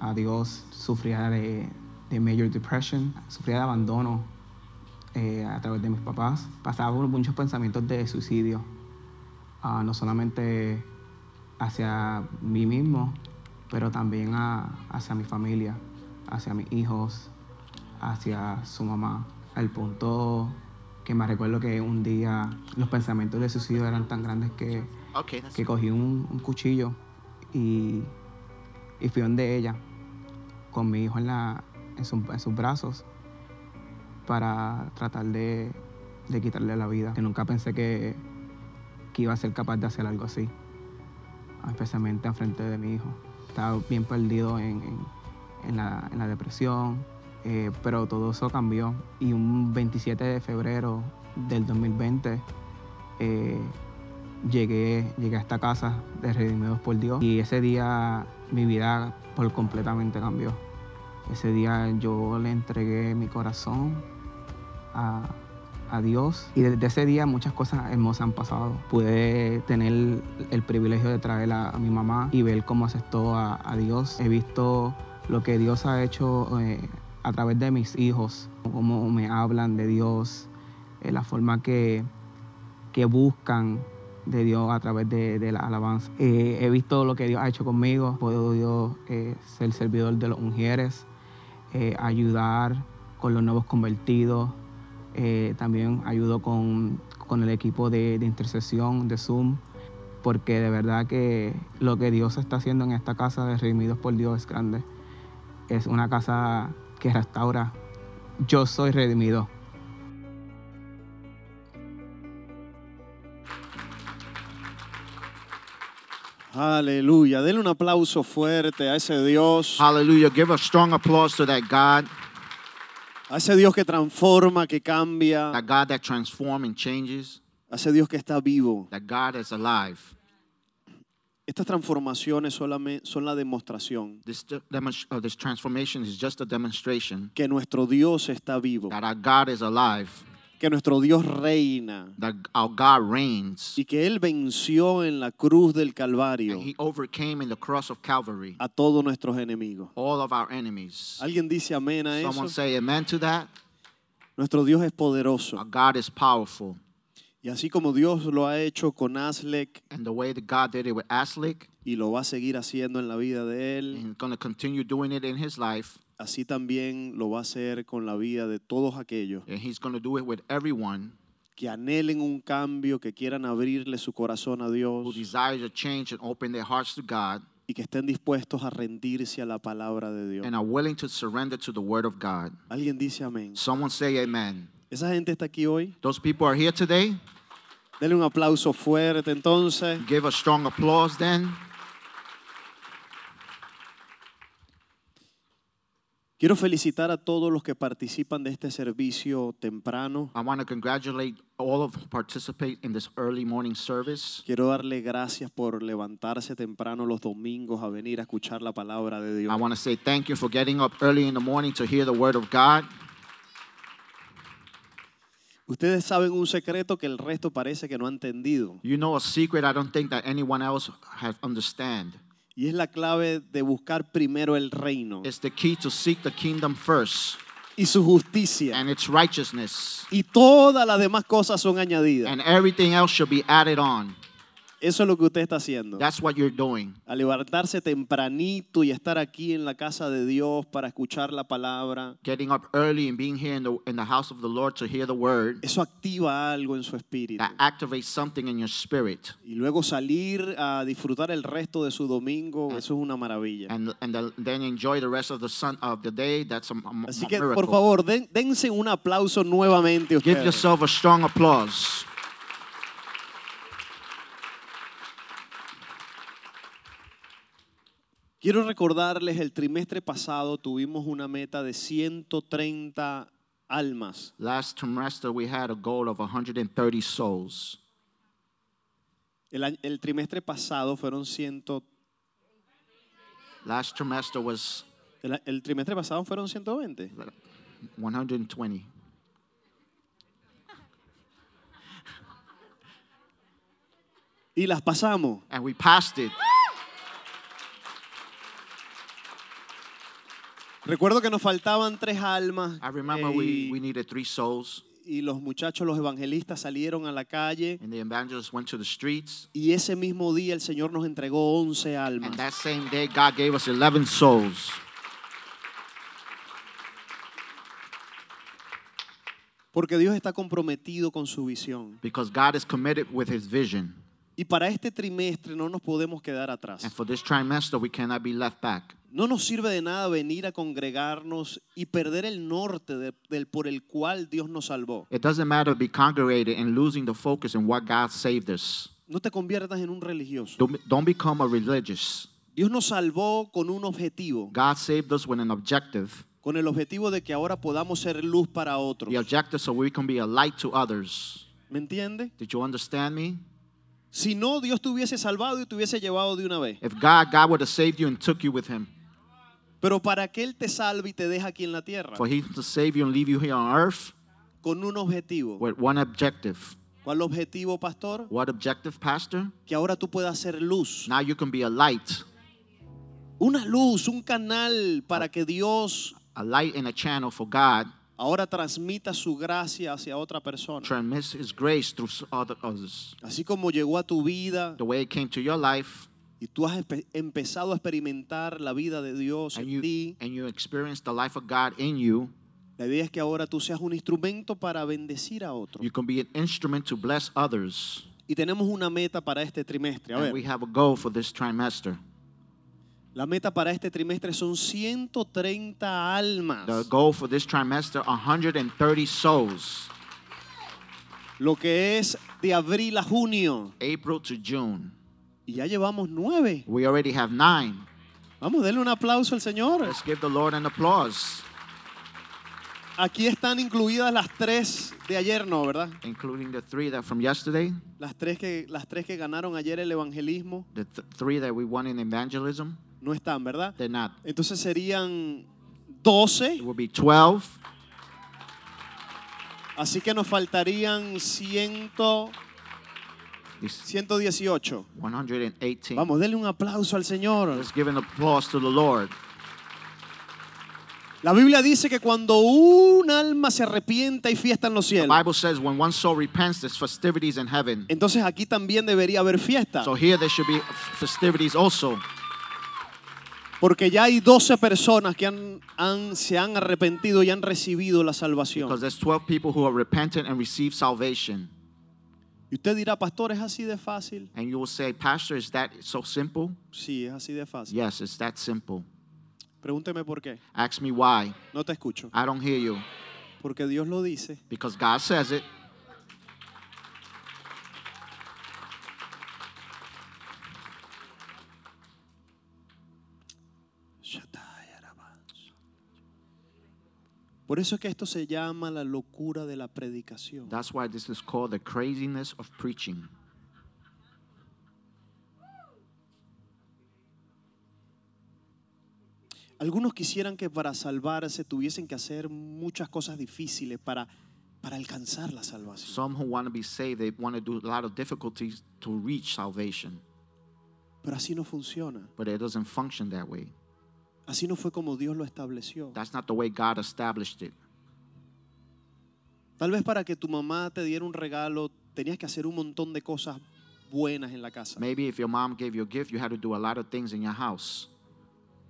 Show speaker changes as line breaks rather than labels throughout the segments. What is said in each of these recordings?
a Dios, sufría de, de major depression, sufría de abandono eh, a través de mis papás. Pasaba por muchos pensamientos de suicidio, ah, no solamente hacia mí mismo, pero también a- hacia mi familia, hacia mis hijos, hacia su mamá. Al punto que me recuerdo que un día los pensamientos de suicidio eran tan grandes que,
Okay, that's
que cogí un, un cuchillo y, y fui donde ella, con mi hijo en, la, en, su- en sus brazos, para tratar de, de quitarle la vida. Que nunca pensé que, que iba a ser capaz de hacer algo así, especialmente enfrente de mi hijo. Estaba bien perdido en, en- en la, en la depresión, eh, pero todo eso cambió. Y un 27 de febrero del 2020, eh, llegué, llegué a esta casa de Redimidos por Dios y ese día mi vida por completamente cambió. Ese día yo le entregué mi corazón a, a Dios y desde ese día muchas cosas hermosas han pasado. Pude tener el privilegio de traer a, a mi mamá y ver cómo aceptó a, a Dios. He visto lo que Dios ha hecho eh, a través de mis hijos, cómo me hablan de Dios, eh, la forma que, que buscan de Dios a través de, de la alabanza. Eh, he visto lo que Dios ha hecho conmigo, he podido eh, ser servidor de los ungieres, eh, ayudar con los nuevos convertidos, eh, también ayudo con, con el equipo de, de intercesión de Zoom, porque de verdad que lo que Dios está haciendo en esta casa de Redimidos por Dios es grande. Es una casa que restaura. Yo soy redimido.
Aleluya. Denle un aplauso fuerte a ese Dios,
Hallelujah. Give a strong applause to that God,
a ese Dios que transforma, que cambia,
that God that transforms and changes,
a ese Dios que está vivo.
that God is alive.
Estas transformaciones solamente son la demostración
This, de- demonst- uh, this transformation is just a demonstration
que nuestro Dios está vivo,
that our God is alive,
que nuestro Dios reina
that our God reigns,
y que Él venció en la cruz del Calvario
and He overcame in the cross of Calvary
a todos nuestros enemigos.
all of our enemies.
¿Alguien dice amén a eso?
Someone say amen to that.
Nuestro Dios es
Our
poderoso.
God is powerful.
Y así como Dios lo ha hecho con Aslek
And the way that God did it with Aslik,
y lo va a seguir haciendo en la vida de él,
and going to continue doing it in his life,
así también lo va a hacer con la vida de todos aquellos
and he's going to do it with everyone
que anhelen un cambio, que quieran abrirle su corazón a
who
Dios
desires a change and open their hearts to God
y que estén dispuestos a rendirse a la palabra de Dios.
and are willing to surrender to the word of God.
Alguien dice amén.
Someone say amen.
Esa gente está aquí hoy.
Those people are here today.
Denle un aplauso fuerte entonces.
Give a strong applause then.
Quiero felicitar a todos los que participan de este servicio temprano.
I want to congratulate all of who participate in this early morning service.
Quiero darle gracias por levantarse temprano los domingos a venir a escuchar la palabra de Dios.
I want to say thank you for getting up early in the morning to hear the word of God.
Ustedes saben un secreto que el resto parece que no ha entendido.
You know a secret I don't think that anyone else has understand.
Y es la clave de buscar primero el reino
It's the key to seek the kingdom first
y su justicia.
and its righteousness.
Y todas las demás cosas son añadidas.
and everything else should be added on.
Eso es lo que usted está haciendo.
That's what you're doing.
Al levantarse tempranito y estar aquí en la casa de Dios para escuchar la palabra,
Getting up early and being here in the, in the house of the Lord to hear the word
eso activa algo en su espíritu.
that activates something in your spirit.
Y luego salir a disfrutar el resto de su domingo, eso es una maravilla.
And, and the- then enjoy the rest of the sun of the day. That's a, a m-
Así
a
que, por
miracle.
favor, den- dense un aplauso nuevamente
Give
ustedes.
yourself a strong applause.
Quiero recordarles, el trimestre pasado tuvimos una meta de 130 almas.
Last trimester we had a goal of 130 souls.
El, año- el trimestre pasado fueron 100,
Last trimester was
el, a- el trimestre pasado fueron 120.
120.
Y las pasamos.
And we passed it.
Recuerdo que nos faltaban tres almas
I remember
eh,
we, we needed three souls,
y los muchachos, los evangelistas salieron a la calle
and the evangelists went to the streets.
y ese mismo día el Señor nos entregó 11
And
almas.
that same day, God gave us 11 souls.
Porque Dios está comprometido con su visión.
Because God is committed with his vision.
Y para este trimestre no nos podemos quedar atrás.
And for this trimester, we cannot be left back.
No nos sirve de nada venir a congregarnos y perder el norte de- del, por el cual Dios nos salvó.
It doesn't matter to be congregated and losing the focus in what God saved us.
No te conviertas en un religioso.
Don't, don't become a religious.
Dios nos salvó con un objetivo,
God saved us with an objective.
con el objetivo de que ahora podamos ser luz para otros.
The objective so we can be a light to others.
¿Me entiende?
Did you understand me?
Si no, Dios te hubiese salvado y te hubiese llevado de una vez.
If God, God would have saved you and took you with him.
Pero para que Él te salve y te deja aquí en la tierra,
For him to save you and leave you here on earth
con un objetivo.
with one objective.
¿Cuál objetivo, pastor?
What objective, pastor?
Que ahora tú puedas ser luz.
Now you can be a light.
Una luz, un canal para que Dios
A light and a channel for God
ahora transmita su gracia hacia otra persona.
transmits his grace through s- other- others.
Así como llegó a tu vida
The way it came to your life
y tú has empe- empezado a experimentar la vida de Dios
and
en
you
ti,
and you experience the life of God in you,
la idea es que ahora tú seas un instrumento para bendecir a otro.
you can be an instrument to bless others.
Y tenemos una meta para este trimestre. A
And we
ver,
have a goal for this trimester.
la meta para este trimestre son 130 almas.
The goal for this trimester 130 souls,
Lo que es de abril a junio.
April to June.
Y ya llevamos nueve.
We already have 9.
Vamos, denle un aplauso al Señor.
Let's give the Lord an applause,
Aquí están incluidas las tres de ayer, ¿no? ¿Verdad?
including the 3 that from yesterday,
Las tres que, las tres que ganaron ayer el evangelismo
the th- 3 that we won in evangelism.
no están, ¿verdad?
They're not.
Entonces serían
It
12.
will be 12.
Así que nos faltarían 100,
It's
118.
118.
Vamos, denle un aplauso al Señor.
Let's give an applause to the Lord.
La Biblia dice que cuando un alma se arrepienta hay fiesta en los
The
cielos.
Bible says when one soul repents, there's festivities in heaven.
Entonces aquí también debería haber fiesta.
So here there should be festivities also.
Porque ya hay 12 personas que han, han- se han arrepentido y han recibido la salvación.
Because there's 12 people who are repentant and receive salvation.
Y usted dirá, pastor, ¿es así de fácil?
And you will say, Pastor, is that so simple?
Sí, es así de fácil.
Yes, it's that simple.
Pregúnteme por qué.
Ask me why.
No te escucho.
I don't hear you.
Porque Dios lo dice.
Because God says it.
Por eso es que esto se llama la locura de la predicación.
That's why this is called the craziness of preaching.
Algunos quisieran que para salvarse tuviesen que hacer muchas cosas difíciles para, para alcanzar la salvación.
Some who want to be saved, they want to do a lot of difficulties to reach salvation.
Pero así no funciona.
But it doesn't function that way.
Así no fue como Dios lo estableció.
That's not the way God established it.
Tal vez para que tu mamá te diera un regalo tenías que hacer un montón de cosas buenas en la casa.
Maybe if your mom gave you a gift, you had to do a lot of things in your house.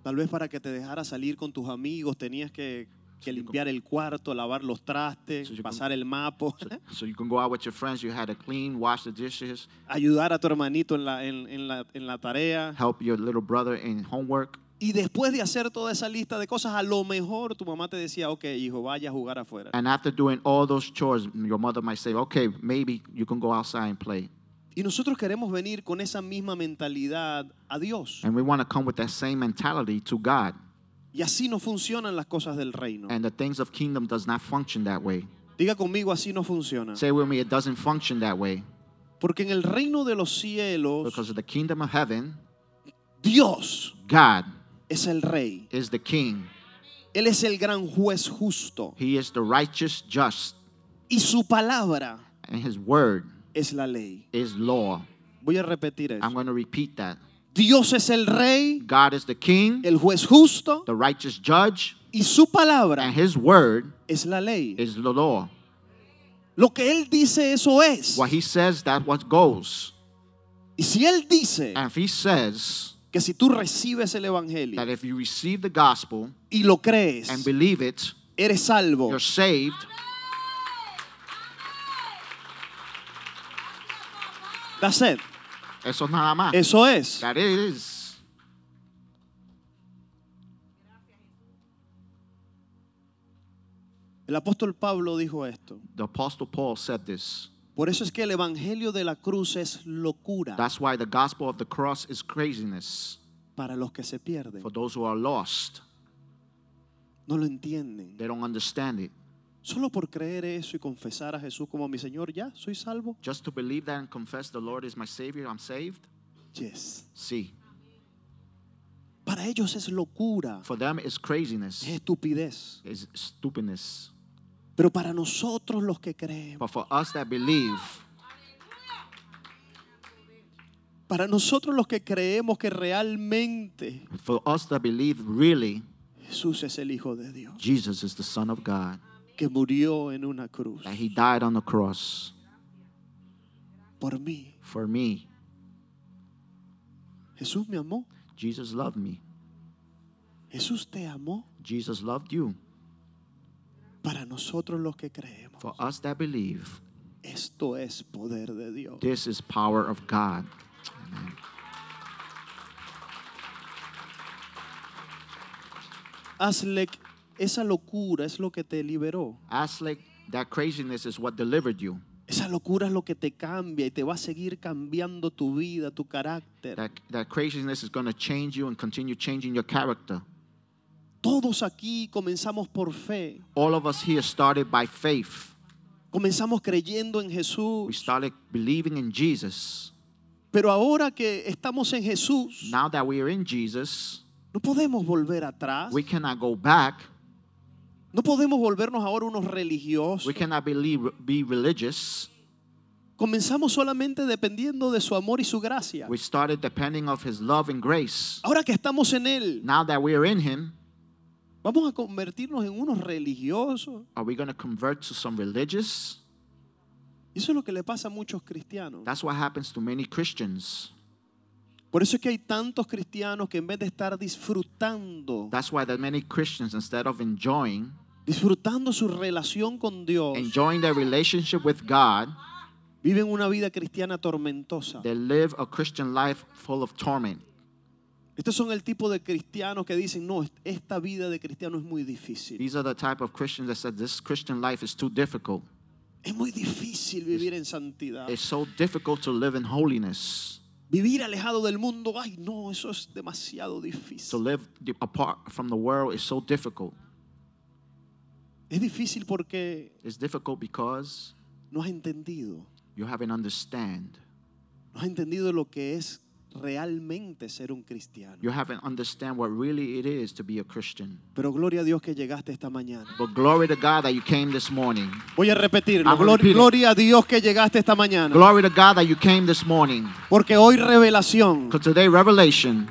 Tal vez para que te dejara salir con tus amigos tenías que, que limpiar el cuarto, lavar los trastes,
Sí, sí,
pasar el mapo,
So, so you can go out with your friends, you had to clean, wash the dishes,
ayudar a tu hermanito en la, en- en la- en la tarea.
help your little brother in homework.
Y después de hacer toda esa lista de cosas, a lo mejor tu mamá te decía, ok, hijo, vaya a jugar afuera.
And after doing all those chores, your mother might say, okay, maybe you can go outside and play.
Y nosotros queremos venir con esa misma mentalidad a Dios.
And we want to come with that same mentality to God.
Y así no funcionan las cosas del reino.
And the things of kingdom does not function that way.
Diga conmigo, así no funciona.
Say with me, it doesn't function that way.
Porque en el reino de los cielos,
Because of the kingdom of heaven,
Dios
God
es el rey.
is the king.
Él es el gran juez justo.
He is the righteous, just,
Y su palabra
and his word
es la ley.
is law.
Voy a repetir
I'm
eso.
going to repeat that.
Dios es el rey,
God is the king,
el juez justo
the righteous judge,
y su
and
palabra
his word
es la ley.
is the law.
Lo que él dice eso es.
What he says, that what goes.
Y si él dice
And if he says
que si tú recibes el evangelio
that if you receive the gospel
y lo crees,
and believe it,
eres salvo.
you're saved,
That's it.
eso es nada más.
Eso es.
That is.
El apóstol Pablo dijo esto.
The Apostle Paul said this.
Por eso es que el evangelio de la cruz es locura
That's why the gospel of the cross is craziness
para los que se pierden.
for those who are lost.
No lo entienden.
They don't understand it.
Solo por creer eso y confesar a Jesús como mi Señor, ya soy salvo.
Just to believe that and confess the Lord is my Savior, I'm saved.
Yes.
See,
Para ellos es locura,
for them it's craziness,
es estupidez.
it's stupidness.
Pero para nosotros los que creemos,
But for us that believe,
para nosotros los que creemos que realmente
for us that believe really,
Jesús es el Hijo de Dios,
Jesus is the Son of God,
que murió en una cruz
that He died on the cross
por mí.
for me.
Jesús me amó,
Jesus loved me.
Jesús te amó.
Jesus loved you.
Para nosotros los que creemos,
For us that believe,
esto es poder de Dios.
this is power of God.
Aslek, esa locura es lo que te liberó.
Aslek, that craziness is what delivered you.
Esa locura es lo que te cambia y te va a seguir cambiando tu vida, tu carácter.
That, that craziness is going to change you and continue changing your character.
Todos aquí comenzamos por fe.
All of us here started by faith.
Comenzamos creyendo en
We
Jesús.
started believing in Jesus.
Pero ahora que estamos en Jesús,
Now that we are in Jesus,
no podemos volver atrás.
we cannot go back.
No podemos volvernos ahora unos religiosos.
We cannot believe, be religious.
Comenzamos solamente dependiendo de su amor y su gracia.
We started depending of His love and grace.
Ahora que estamos en Él,
Now that we are in Him,
vamos a convertirnos en unos religiosos.
are we going to convert to some religious?
Y Eso es lo que le pasa a muchos cristianos.
That's what happens to many Christians.
Por eso es que hay tantos cristianos que en vez de estar disfrutando,
That's why that many Christians, instead of enjoying,
disfrutando su relación con Dios,
enjoying their relationship with God,
viven una vida cristiana tormentosa.
they live a Christian life full of torment.
Estos son el tipo de cristianos que dicen, no, esta vida de cristiano es muy difícil.
These are the type of Christians that said this Christian life is too difficult.
Es muy difícil vivir en santidad.
It's so difficult to live in holiness.
Vivir alejado del mundo, ay no, eso es demasiado
To
difícil.
live di- apart from the world is so difficult.
Es difícil porque
It's difficult because
no has entendido.
you haven't understand.
No has entendido lo que es realmente ser un cristiano.
You haven't understand what really it is to be a Christian.
Pero gloria a Dios que llegaste esta mañana.
But glory to God that you came this morning.
Voy a repetirlo.
I'm
Glor-
repeating.
gloria a Dios que llegaste esta mañana.
Glory to God that you came this morning.
Porque hoy revelación,
Because today, revelation,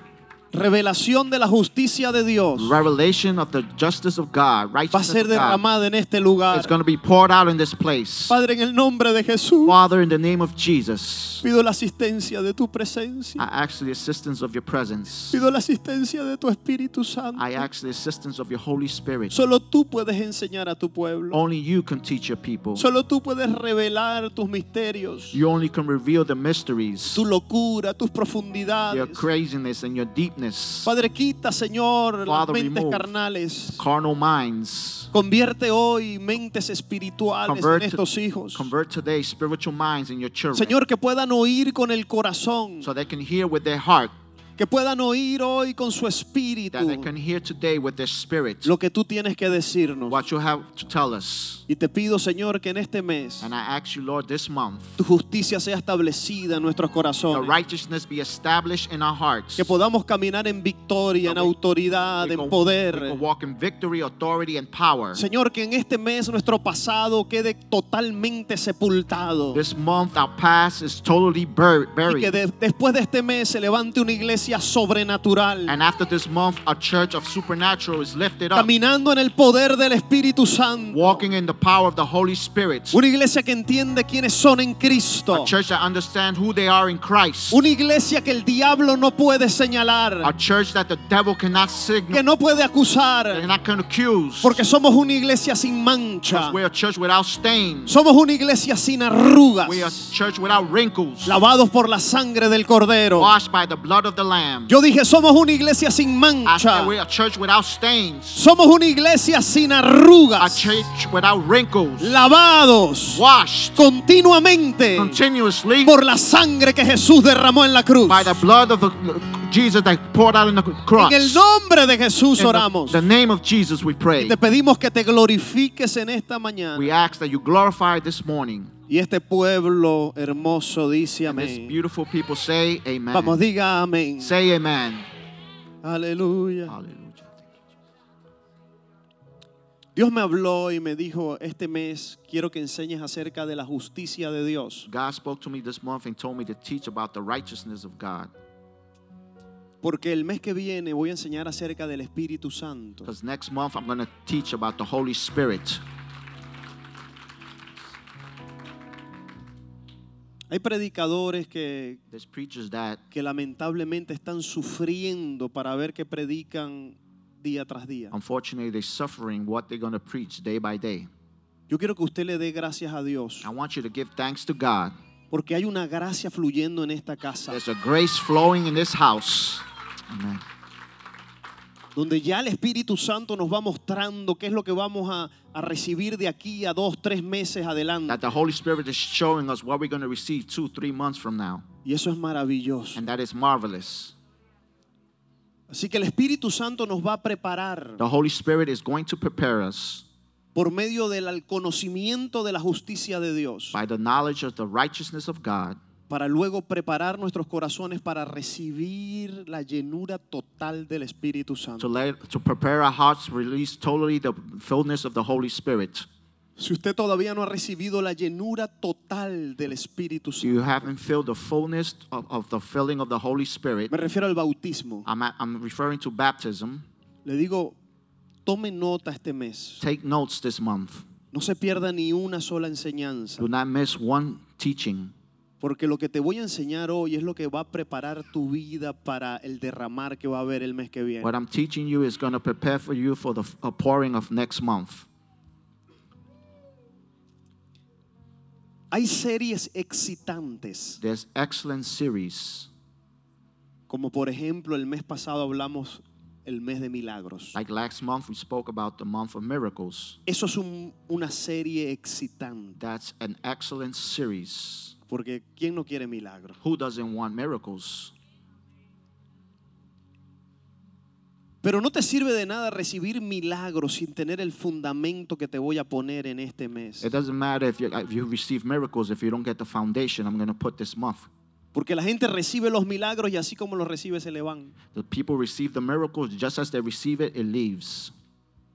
revelación de la justicia de Dios
revelation of the justice of God,
va a
righteousness
ser
of God,
derramada en este
is
lugar.
going to be poured out in this place.
Padre, en el nombre de Jesús,
Father, in the name of Jesus,
pido la asistencia de tu presencia.
I ask the assistance of your presence.
Pido la asistencia de tu Espíritu Santo.
I ask the assistance of your Holy Spirit.
Solo tú puedes enseñar a tu pueblo.
Only you can teach your people.
Solo tú puedes revelar tus misterios,
You only can reveal the mysteries,
tu locura, tus
your
profundidades.
craziness and your deepness,
Padre, quita, Señor, las
Father,
mentes
remove.
carnales.
carnal minds.
Convierte hoy mentes espirituales en
Convert-
estos hijos.
Convert today spiritual minds in your children
Señor, que puedan oír con el corazón,
so they can hear with their heart,
que puedan oír hoy con su espíritu
that they can hear today with their spirit
lo que tú tienes que decirnos.
what you have to tell us.
Y te pido, Señor, que en este mes
And I ask you, Lord, this month,
tu justicia sea establecida en nuestros
your
corazones,
righteousness be established in our hearts.
que podamos caminar en victoria, en
That we-
autoridad, en
can- we
poder.
can walk in victory, authority, and power.
Señor, que en este mes nuestro pasado quede totalmente sepultado.
This month, our past is totally bur-
Y que
buried.
de- después de este mes se levante una iglesia sobrenatural,
And after this month, a church of supernatural is lifted up,
caminando en el poder del Espíritu Santo.
walking in the power of the Holy Spirit.
Una iglesia que entiende quiénes son en
A
Cristo.
church that understands who they are in Christ.
Una iglesia que el diablo no puede señalar,
A church that the devil cannot
que
signal,
no puede acusar,
cannot con- accuse.
porque somos una iglesia sin mancha.
Because we're a church without stains.
Somos una iglesia sin arrugas,
We're a church without wrinkles.
lavados por la sangre del Cordero.
Washed by the blood of the Lamb.
Yo dije, somos una iglesia sin
I
mancha.
said we're a church without stains.
Somos una iglesia sin
A
arrugas,
church without wrinkles.
lavados
Washed
continuamente
continuously
por la sangre que Jesús derramó en la cruz.
by the blood of the, uh, Jesus that poured out on the cross.
En el nombre de Jesús
In the-
oramos.
the name of Jesus we pray.
Te pedimos que te glorifiques en esta mañana.
We ask that you glorify this morning.
Y este pueblo hermoso dice
And this
amén.
beautiful people say amen.
Vamos, diga amén.
Say amen.
Aleluya.
Hallelujah.
Dios me habló y me dijo, este mes quiero que enseñes acerca de la justicia de Dios.
God spoke to me this month and told me to teach about the righteousness of God.
Porque el mes que viene voy a enseñar acerca del Espíritu Santo.
Because next month I'm going to teach about the Holy Spirit.
Hay predicadores que,
There's preachers that
que lamentablemente están sufriendo para ver que predican día tras día.
unfortunately they're suffering what they're going to preach day by day.
Yo quiero que usted le dé gracias a Dios.
I want you to give thanks to God.
Porque hay una gracia fluyendo en esta casa.
There's a grace flowing in this house. Amen.
donde ya el Espíritu Santo nos va mostrando qué es lo que vamos a, a recibir de aquí a dos, tres meses adelante.
That the Holy Spirit is showing us what we're going to receive two, three months from now.
Y eso es maravilloso.
And that is marvelous.
Así que el Espíritu Santo nos va a preparar
The Holy Spirit is going to prepare us
por medio del al- conocimiento de la justicia de Dios
by the knowledge of the righteousness of God
para luego preparar nuestros corazones para recibir la llenura total del
to
Espíritu Santo.
let to prepare our hearts to release totally the fullness of the Holy Spirit.
Si usted todavía no ha recibido la llenura total del Espíritu
So you
Santo,
haven't filled the fullness of, of the filling of the Holy Spirit.
me refiero al bautismo.
I'm, at- I'm referring to baptism.
Le digo, tome nota este mes.
Take notes this month.
No se pierda ni una sola enseñanza,
Do not miss one teaching
porque lo que te voy a enseñar hoy es lo que va a preparar tu vida para el derramar que va a haber el mes que viene.
What I'm teaching you is going to prepare for you for the f- uh, pouring of next month.
Hay series excitantes,
There's excellent series,
como por ejemplo el mes pasado hablamos el mes de milagros.
like last month we spoke about the month of miracles.
Eso es un- una serie excitante,
That's an excellent series.
porque ¿quién no quiere milagros?
Who doesn't want miracles?
Pero no te sirve de nada recibir milagros sin tener el fundamento que te voy a poner en este mes.
It doesn't matter if you, if you receive miracles if you don't get the foundation I'm going to put this month.
Porque la gente recibe los milagros y así como los recibe se le van.
The people receive the miracles just as they receive it, it leaves.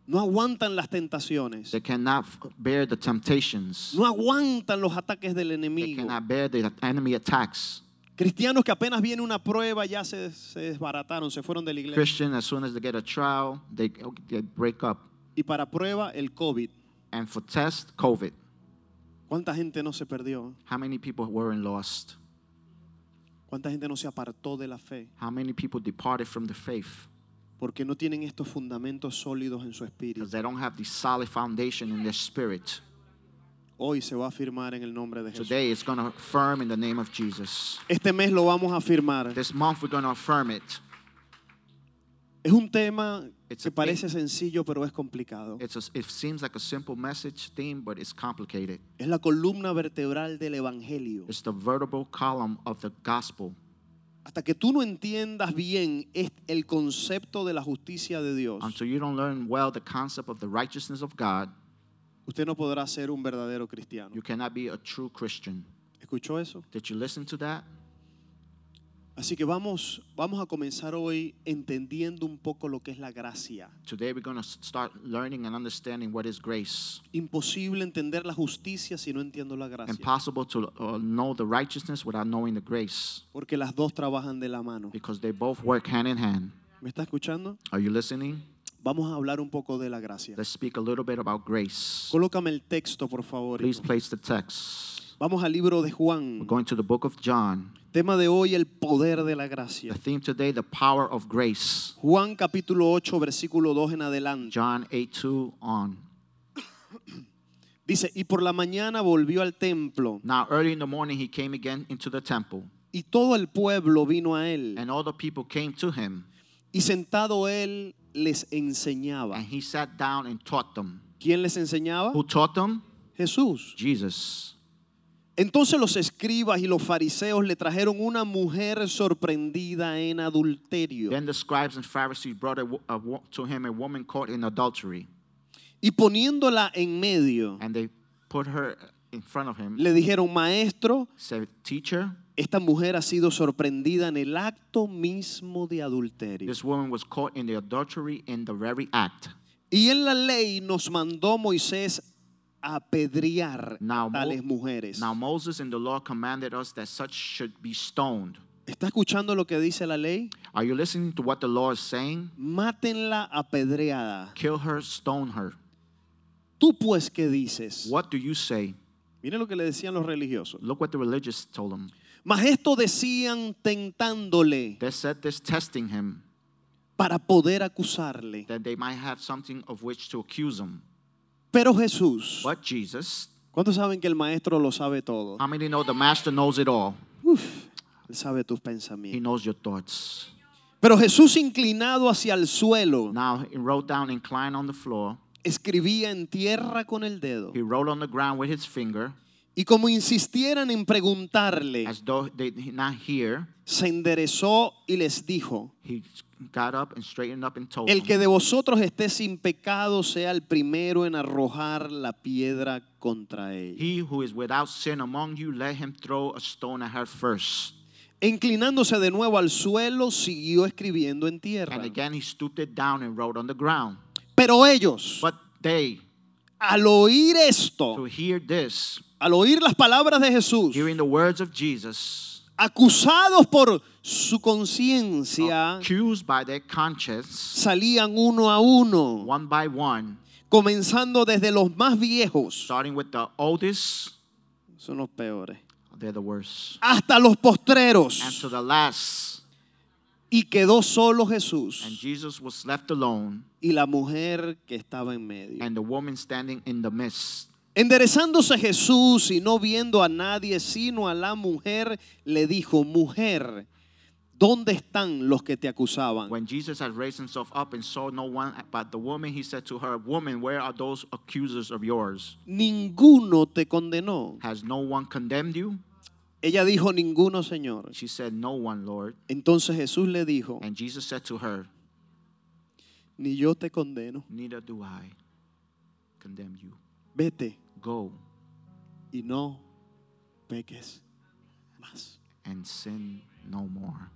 No aguantan las tentaciones.
They cannot f- bear the temptations.
No aguantan los ataques del
They
enemigo.
cannot bear the enemy attacks.
Cristianos que apenas viene una prueba ya se, se desbarataron, se fueron de la iglesia.
Christian, as soon as they get a trial, they, they break up.
Y para prueba, el COVID.
And for test, COVID.
¿Cuánta gente no se perdió?
How many people were in lost?
¿Cuánta gente no se apartó de la fe?
How many people departed from the faith?
Porque no tienen estos fundamentos sólidos en su
Because
espíritu.
they don't have the solid foundation in their spirit.
Hoy se va a firmar en el nombre de Jesús.
Today it's going to affirm in the name of Jesus.
Este mes lo vamos a firmar.
This month we're going to affirm it.
Es un tema
It's
que
a
parece sencillo, pero es complicado.
It's a, it seems like a simple message theme, but it's complicated.
Es la columna vertebral del Evangelio.
It's the vertebral column of the gospel.
Hasta que tú no entiendas bien es- el concepto de la justicia de Dios,
Until you don't learn well the concept of the righteousness of God,
usted no podrá ser un verdadero
you
cristiano.
cannot be a true Christian.
¿Escuchó eso?
Did you listen to that?
Así que vamos, vamos a comenzar hoy entendiendo un poco lo que es la gracia.
Today we're going to start learning and understanding what is grace.
Imposible entender la justicia si no entiendo la gracia.
Impossible to uh, know the righteousness without knowing the grace
Porque las dos trabajan de la mano.
because they both work hand in hand.
¿Me está escuchando?
Are you listening?
Vamos a hablar un poco de la gracia.
Let's speak a little bit about grace.
Colócame el texto, por favor.
Please place the text.
Vamos al libro de
We're
Juan.
going to the book of John.
Tema de hoy, el poder de la
The
gracia.
theme today, the power of grace.
Juan capítulo 8, versículo 2 en adelante.
John 8 2 on.
Dice, y por la mañana volvió al templo
Now, early in the morning, he came again into the temple,
y todo el pueblo vino a él.
and all the people came to him,
Y sentado él les enseñaba.
and he sat down and taught them.
¿Quién les enseñaba?
Who taught them?
Jesús.
Jesus.
Entonces los escribas y los fariseos le trajeron una mujer sorprendida en adulterio.
Then the scribes and Pharisees brought a wo- a wo- to him a woman caught in adultery,
Y poniéndola en medio,
and they put her in front of him,
le dijeron, maestro,
said, Teacher,
esta mujer ha sido sorprendida en el acto mismo de adulterio.
this woman was caught in the adultery in the very act.
Y en la ley nos mandó Moisés apedrear
Now,
a
Mo-
tales mujeres.
Now Moses in the law commanded us that such should be stoned.
¿Está escuchando lo que dice la ley?
Are you listening to what the law is saying?
Mátenla apedreada.
Kill her, stone her.
Tú pues, ¿qué dices?
What do you say?
Mire lo que le decían los religiosos.
Look what the religious told him.
Mas esto decían tentándole
They said this, testing him,
para poder acusarle.
that they might have something of which to accuse him.
Pero Jesús,
But Jesus,
¿cuántos saben que el maestro lo sabe todo?
how many know the master knows it all?
Uf, él sabe tus
He
pensamientos.
knows your thoughts.
Pero Jesús inclinado hacia el suelo,
Now he wrote down, inclined on the floor.
escribía en tierra con el dedo.
He wrote on the ground with his finger,
Y como insistieran en preguntarle,
as though they did not hear.
se enderezó y les dijo,
He got up and straightened up and told
el que
them,
de vosotros esté sin pecado sea el primero en arrojar la piedra contra él.
He who is without sin among you, let him throw a stone at her first.
E Inclinándose de nuevo al suelo, siguió escribiendo en tierra.
And again he stooped it down and wrote on the ground.
Pero ellos,
But they,
al oír
to
esto,
hear this,
al oír las palabras de Jesús,
hearing the words of Jesus,
acusados por su conciencia,
accused by their conscience,
salían uno a uno,
one by one,
comenzando desde los más viejos,
starting with the oldest,
son los peores,
they're the worst,
hasta los
and
postreros.
to the last.
Y quedó solo
And
Jesús
Jesus was left alone,
y la mujer que estaba en medio.
and the woman standing in the midst.
Enderezándose Jesús y no viendo a nadie sino a la mujer, le dijo, mujer, ¿dónde están los que te acusaban?
When Jesus had raised himself up and saw no one but the woman, he said to her, Woman, where are those accusers of yours?
Ninguno te condenó.
Has no one condemned you?
Ella dijo, ninguno, Señor.
She said, No one, Lord.
Entonces Jesús le dijo,
And Jesus said to her,
ni yo te condeno.
Neither do I condemn you.
Vete
Go
y no peques más.
and sin no more.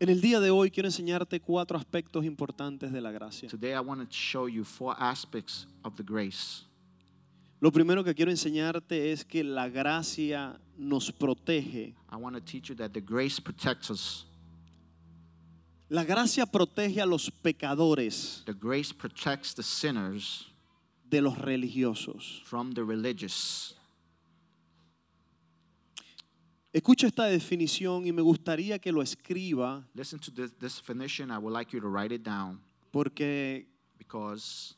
En el día de hoy quiero enseñarte cuatro aspectos importantes de la gracia.
Today I want to show you four aspects of the grace.
Lo primero que quiero enseñarte es que la gracia nos protege.
I want to teach you that the grace protects us.
La gracia protege a los pecadores
The grace protects the sinners
de los religiosos.
from the religious.
Escucha esta definición y me gustaría que lo escriba
Listen to this this definition. I would like you to write it down
porque
because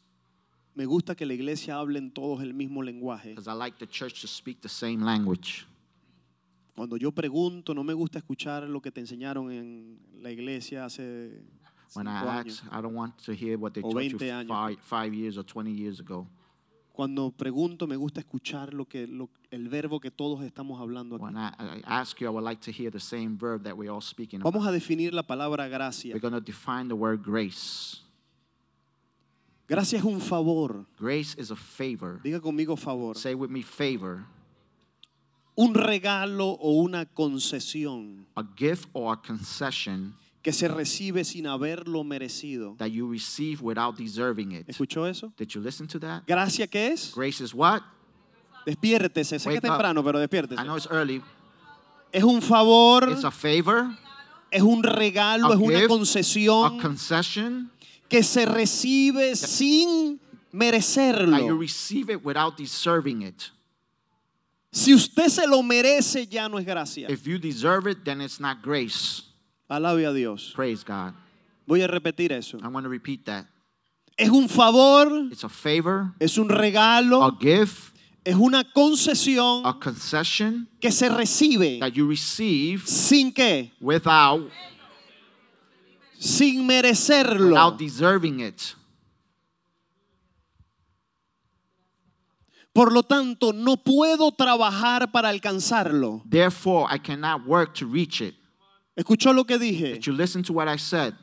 me gusta que la iglesia hablen todos el mismo lenguaje.
because I like the church to speak the same language.
Cuando yo pregunto, no me gusta escuchar lo que te enseñaron en la iglesia hace
When
cinco
I ask,
años.
I don't want to hear what they
O
taught you
20 años.
five, five years or 20 years ago.
Cuando pregunto, me gusta escuchar lo que, lo- el verbo que todos estamos hablando aquí.
When I, I ask you, I would like to hear the same verb that we're all speaking about.
Vamos a definir la palabra gracia.
We're going to define the word grace.
Gracia es un favor.
Grace is a favor.
Diga conmigo favor.
Say with me, favor.
un regalo o una concesión
a gift or a concession
que se recibe sin haberlo merecido.
that you receive without deserving it.
¿Escuchó eso?
Did you listen to that?
Gracia que es.
Grace is what?
Despiértese, sé que es
Wake up.
temprano, pero
I
despiértese.
know it's early.
Es un favor,
It's a favor,
es un regalo,
a
es una
gift, a
concesión
concession,
que se recibe sin
that you
merecerlo.
receive it without deserving it.
Si usted se lo merece, ya no es gracia.
If you deserve it, then it's not grace.
Alabe a Dios.
Praise God.
Voy a repetir eso.
I want to repeat that.
Es un favor,
It's a favor,
es un
a
regalo,
gift,
es una concesión
a concession
que se recibe
that you receive
sin qué,
without
sin merecerlo.
without deserving it.
Por lo tanto, no puedo trabajar para alcanzarlo.
Therefore, I cannot work to reach it.
¿Escuchó lo que dije?
Did you listen to what I said?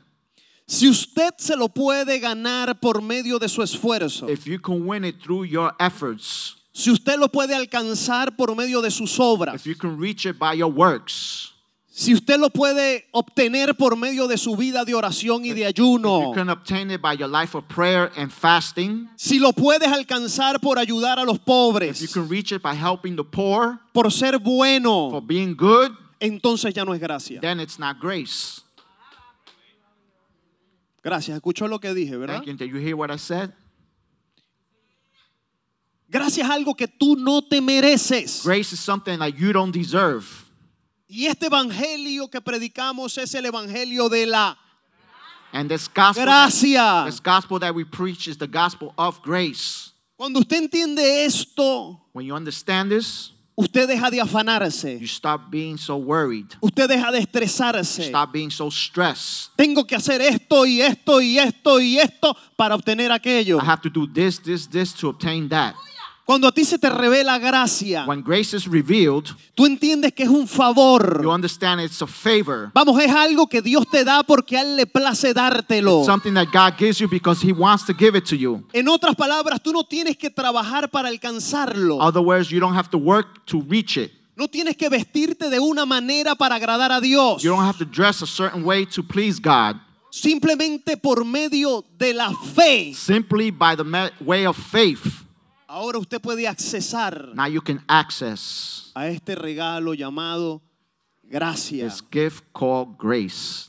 Si usted se lo puede ganar por medio de su esfuerzo,
If you can win it through your efforts,
si usted lo puede alcanzar por medio de sus obras,
if you can reach it by your works,
si usted lo puede obtener por medio de su vida de oración y de
if
ayuno,
you can obtain it by your life of prayer and fasting,
si lo puedes alcanzar por ayudar a los
if you
pobres,
can reach it by helping the poor,
por ser
for
bueno,
being good,
entonces ya no es gracia.
then it's not grace.
Gracias, escuchó lo que dije, ¿verdad?
Thank you. Did you hear what I said?
Gracias es algo que tú no te mereces.
Grace is something that you don't deserve.
Y este evangelio que predicamos es el evangelio de la
And this gospel,
gracia.
this gospel that we preach is the gospel of grace.
Cuando usted entiende esto,
When you understand this,
usted deja de afanarse.
you stop being so worried.
Usted deja de
You
estresarse.
stop being so stressed.
Tengo que hacer esto y esto y esto y esto para obtener aquello.
I have to do this, this, this to obtain that.
Cuando a ti se te revela gracia,
When grace is revealed,
tú entiendes que es un
you
favor.
understand it's a favor.
Vamos, es algo que Dios te da porque a Él le place dártelo.
Something that God gives you because He wants to give it to you.
En otras palabras, tú no tienes que trabajar para alcanzarlo.
Other words, you don't have to work to reach it.
No tienes que vestirte de una manera para agradar a Dios.
You don't have to dress a certain way to please God.
Simplemente por medio de la fe.
Simply by the me- way of faith,
Ahora usted puede accesar
now you can access
a este regalo llamado gracia.
this gift called grace.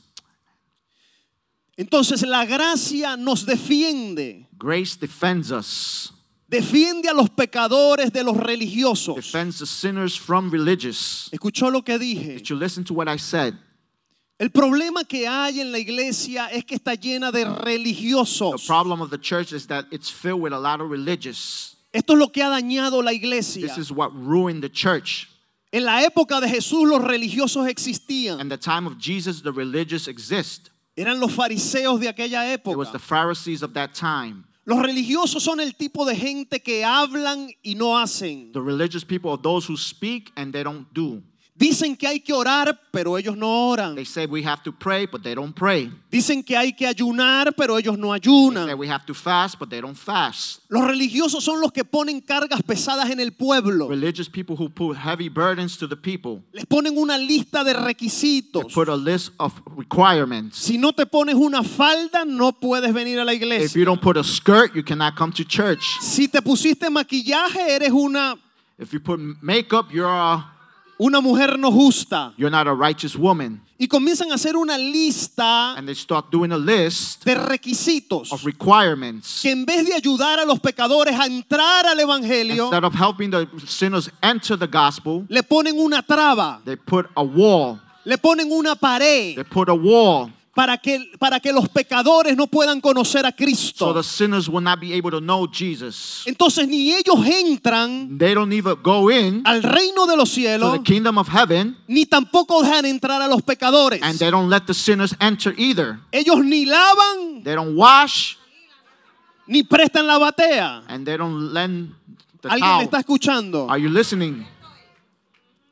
Entonces la gracia nos defiende.
Grace defends us,
Defiende a los pecadores de los religiosos.
defends the sinners from religious.
Escuchó lo que dije.
Did you listen to what I said?
El problema que hay en la iglesia es que está llena de
The
religiosos.
problem of the church is that it's filled with a lot of religious.
Esto es lo que ha dañado la iglesia.
This is what ruined the church.
En la época de Jesús los religiosos existían.
In the time of Jesus, the religious exist.
Eran los fariseos de aquella
It was
época.
the Pharisees of that time.
Los religiosos son el tipo de gente que hablan y no hacen.
The religious people are those who speak and they don't do.
Dicen que hay que orar, pero ellos no oran.
They say we have to pray, but they don't pray.
Dicen que hay que ayunar, pero ellos no
They say
ayunan.
we have to fast, but they don't fast.
Los religiosos son los que ponen cargas pesadas en el pueblo.
Religious people who put heavy burdens to the people.
Les ponen una lista de
They
requisitos.
put a list of requirements.
Si no te pones una falda, no puedes venir a la
If
iglesia.
you don't put a skirt, you cannot come to church.
Si te pusiste maquillaje, eres una,
If you put makeup, you're a,
una mujer no justa.
you're not a righteous woman.
Y comienzan a hacer una lista
And they start doing a list
de requisitos.
of requirements.
que en vez de ayudar a los pecadores a entrar al evangelio,
Instead of helping the sinners enter the gospel,
le ponen una traba,
they put a wall.
le ponen una pared
They put a wall
para que, para que los pecadores no puedan conocer a
so
Cristo.
the sinners will not be able to know Jesus.
Entonces ni ellos entran
They don't even go in
al reino de los
to
cielos,
the kingdom of heaven,
ni tampoco dejan entrar a los pecadores.
and they don't let the sinners enter either.
Ellos ni lavan,
They don't wash,
ni prestan la batea.
and they don't lend the
¿Alguien me
towel.
está escuchando?
Are you listening?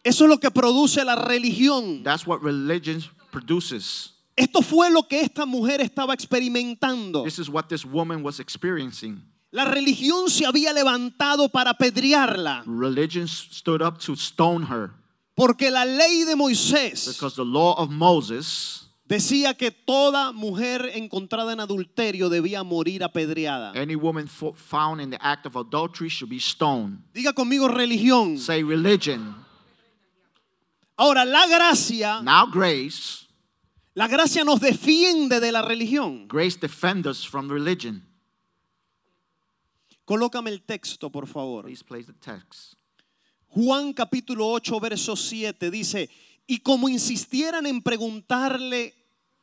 Eso es lo que produce la religión.
That's what religion produces.
Esto fue lo que esta mujer estaba experimentando.
This is what this woman was experiencing.
La religión se había levantado para apedrearla
Religion s- stood up to stone her
porque la ley de Moisés
because the law of Moses
decía que toda mujer encontrada en adulterio debía morir apedreada.
Any woman fo- found in the act of adultery should be stoned.
Diga conmigo religión.
Say religion.
Ahora, la gracia,
Now grace,
la gracia nos defiende de la religión.
grace defends us from religion.
Colócame el texto, por favor.
Please place the text.
Juan capítulo 8, verso 7 dice, y como insistieran en preguntarle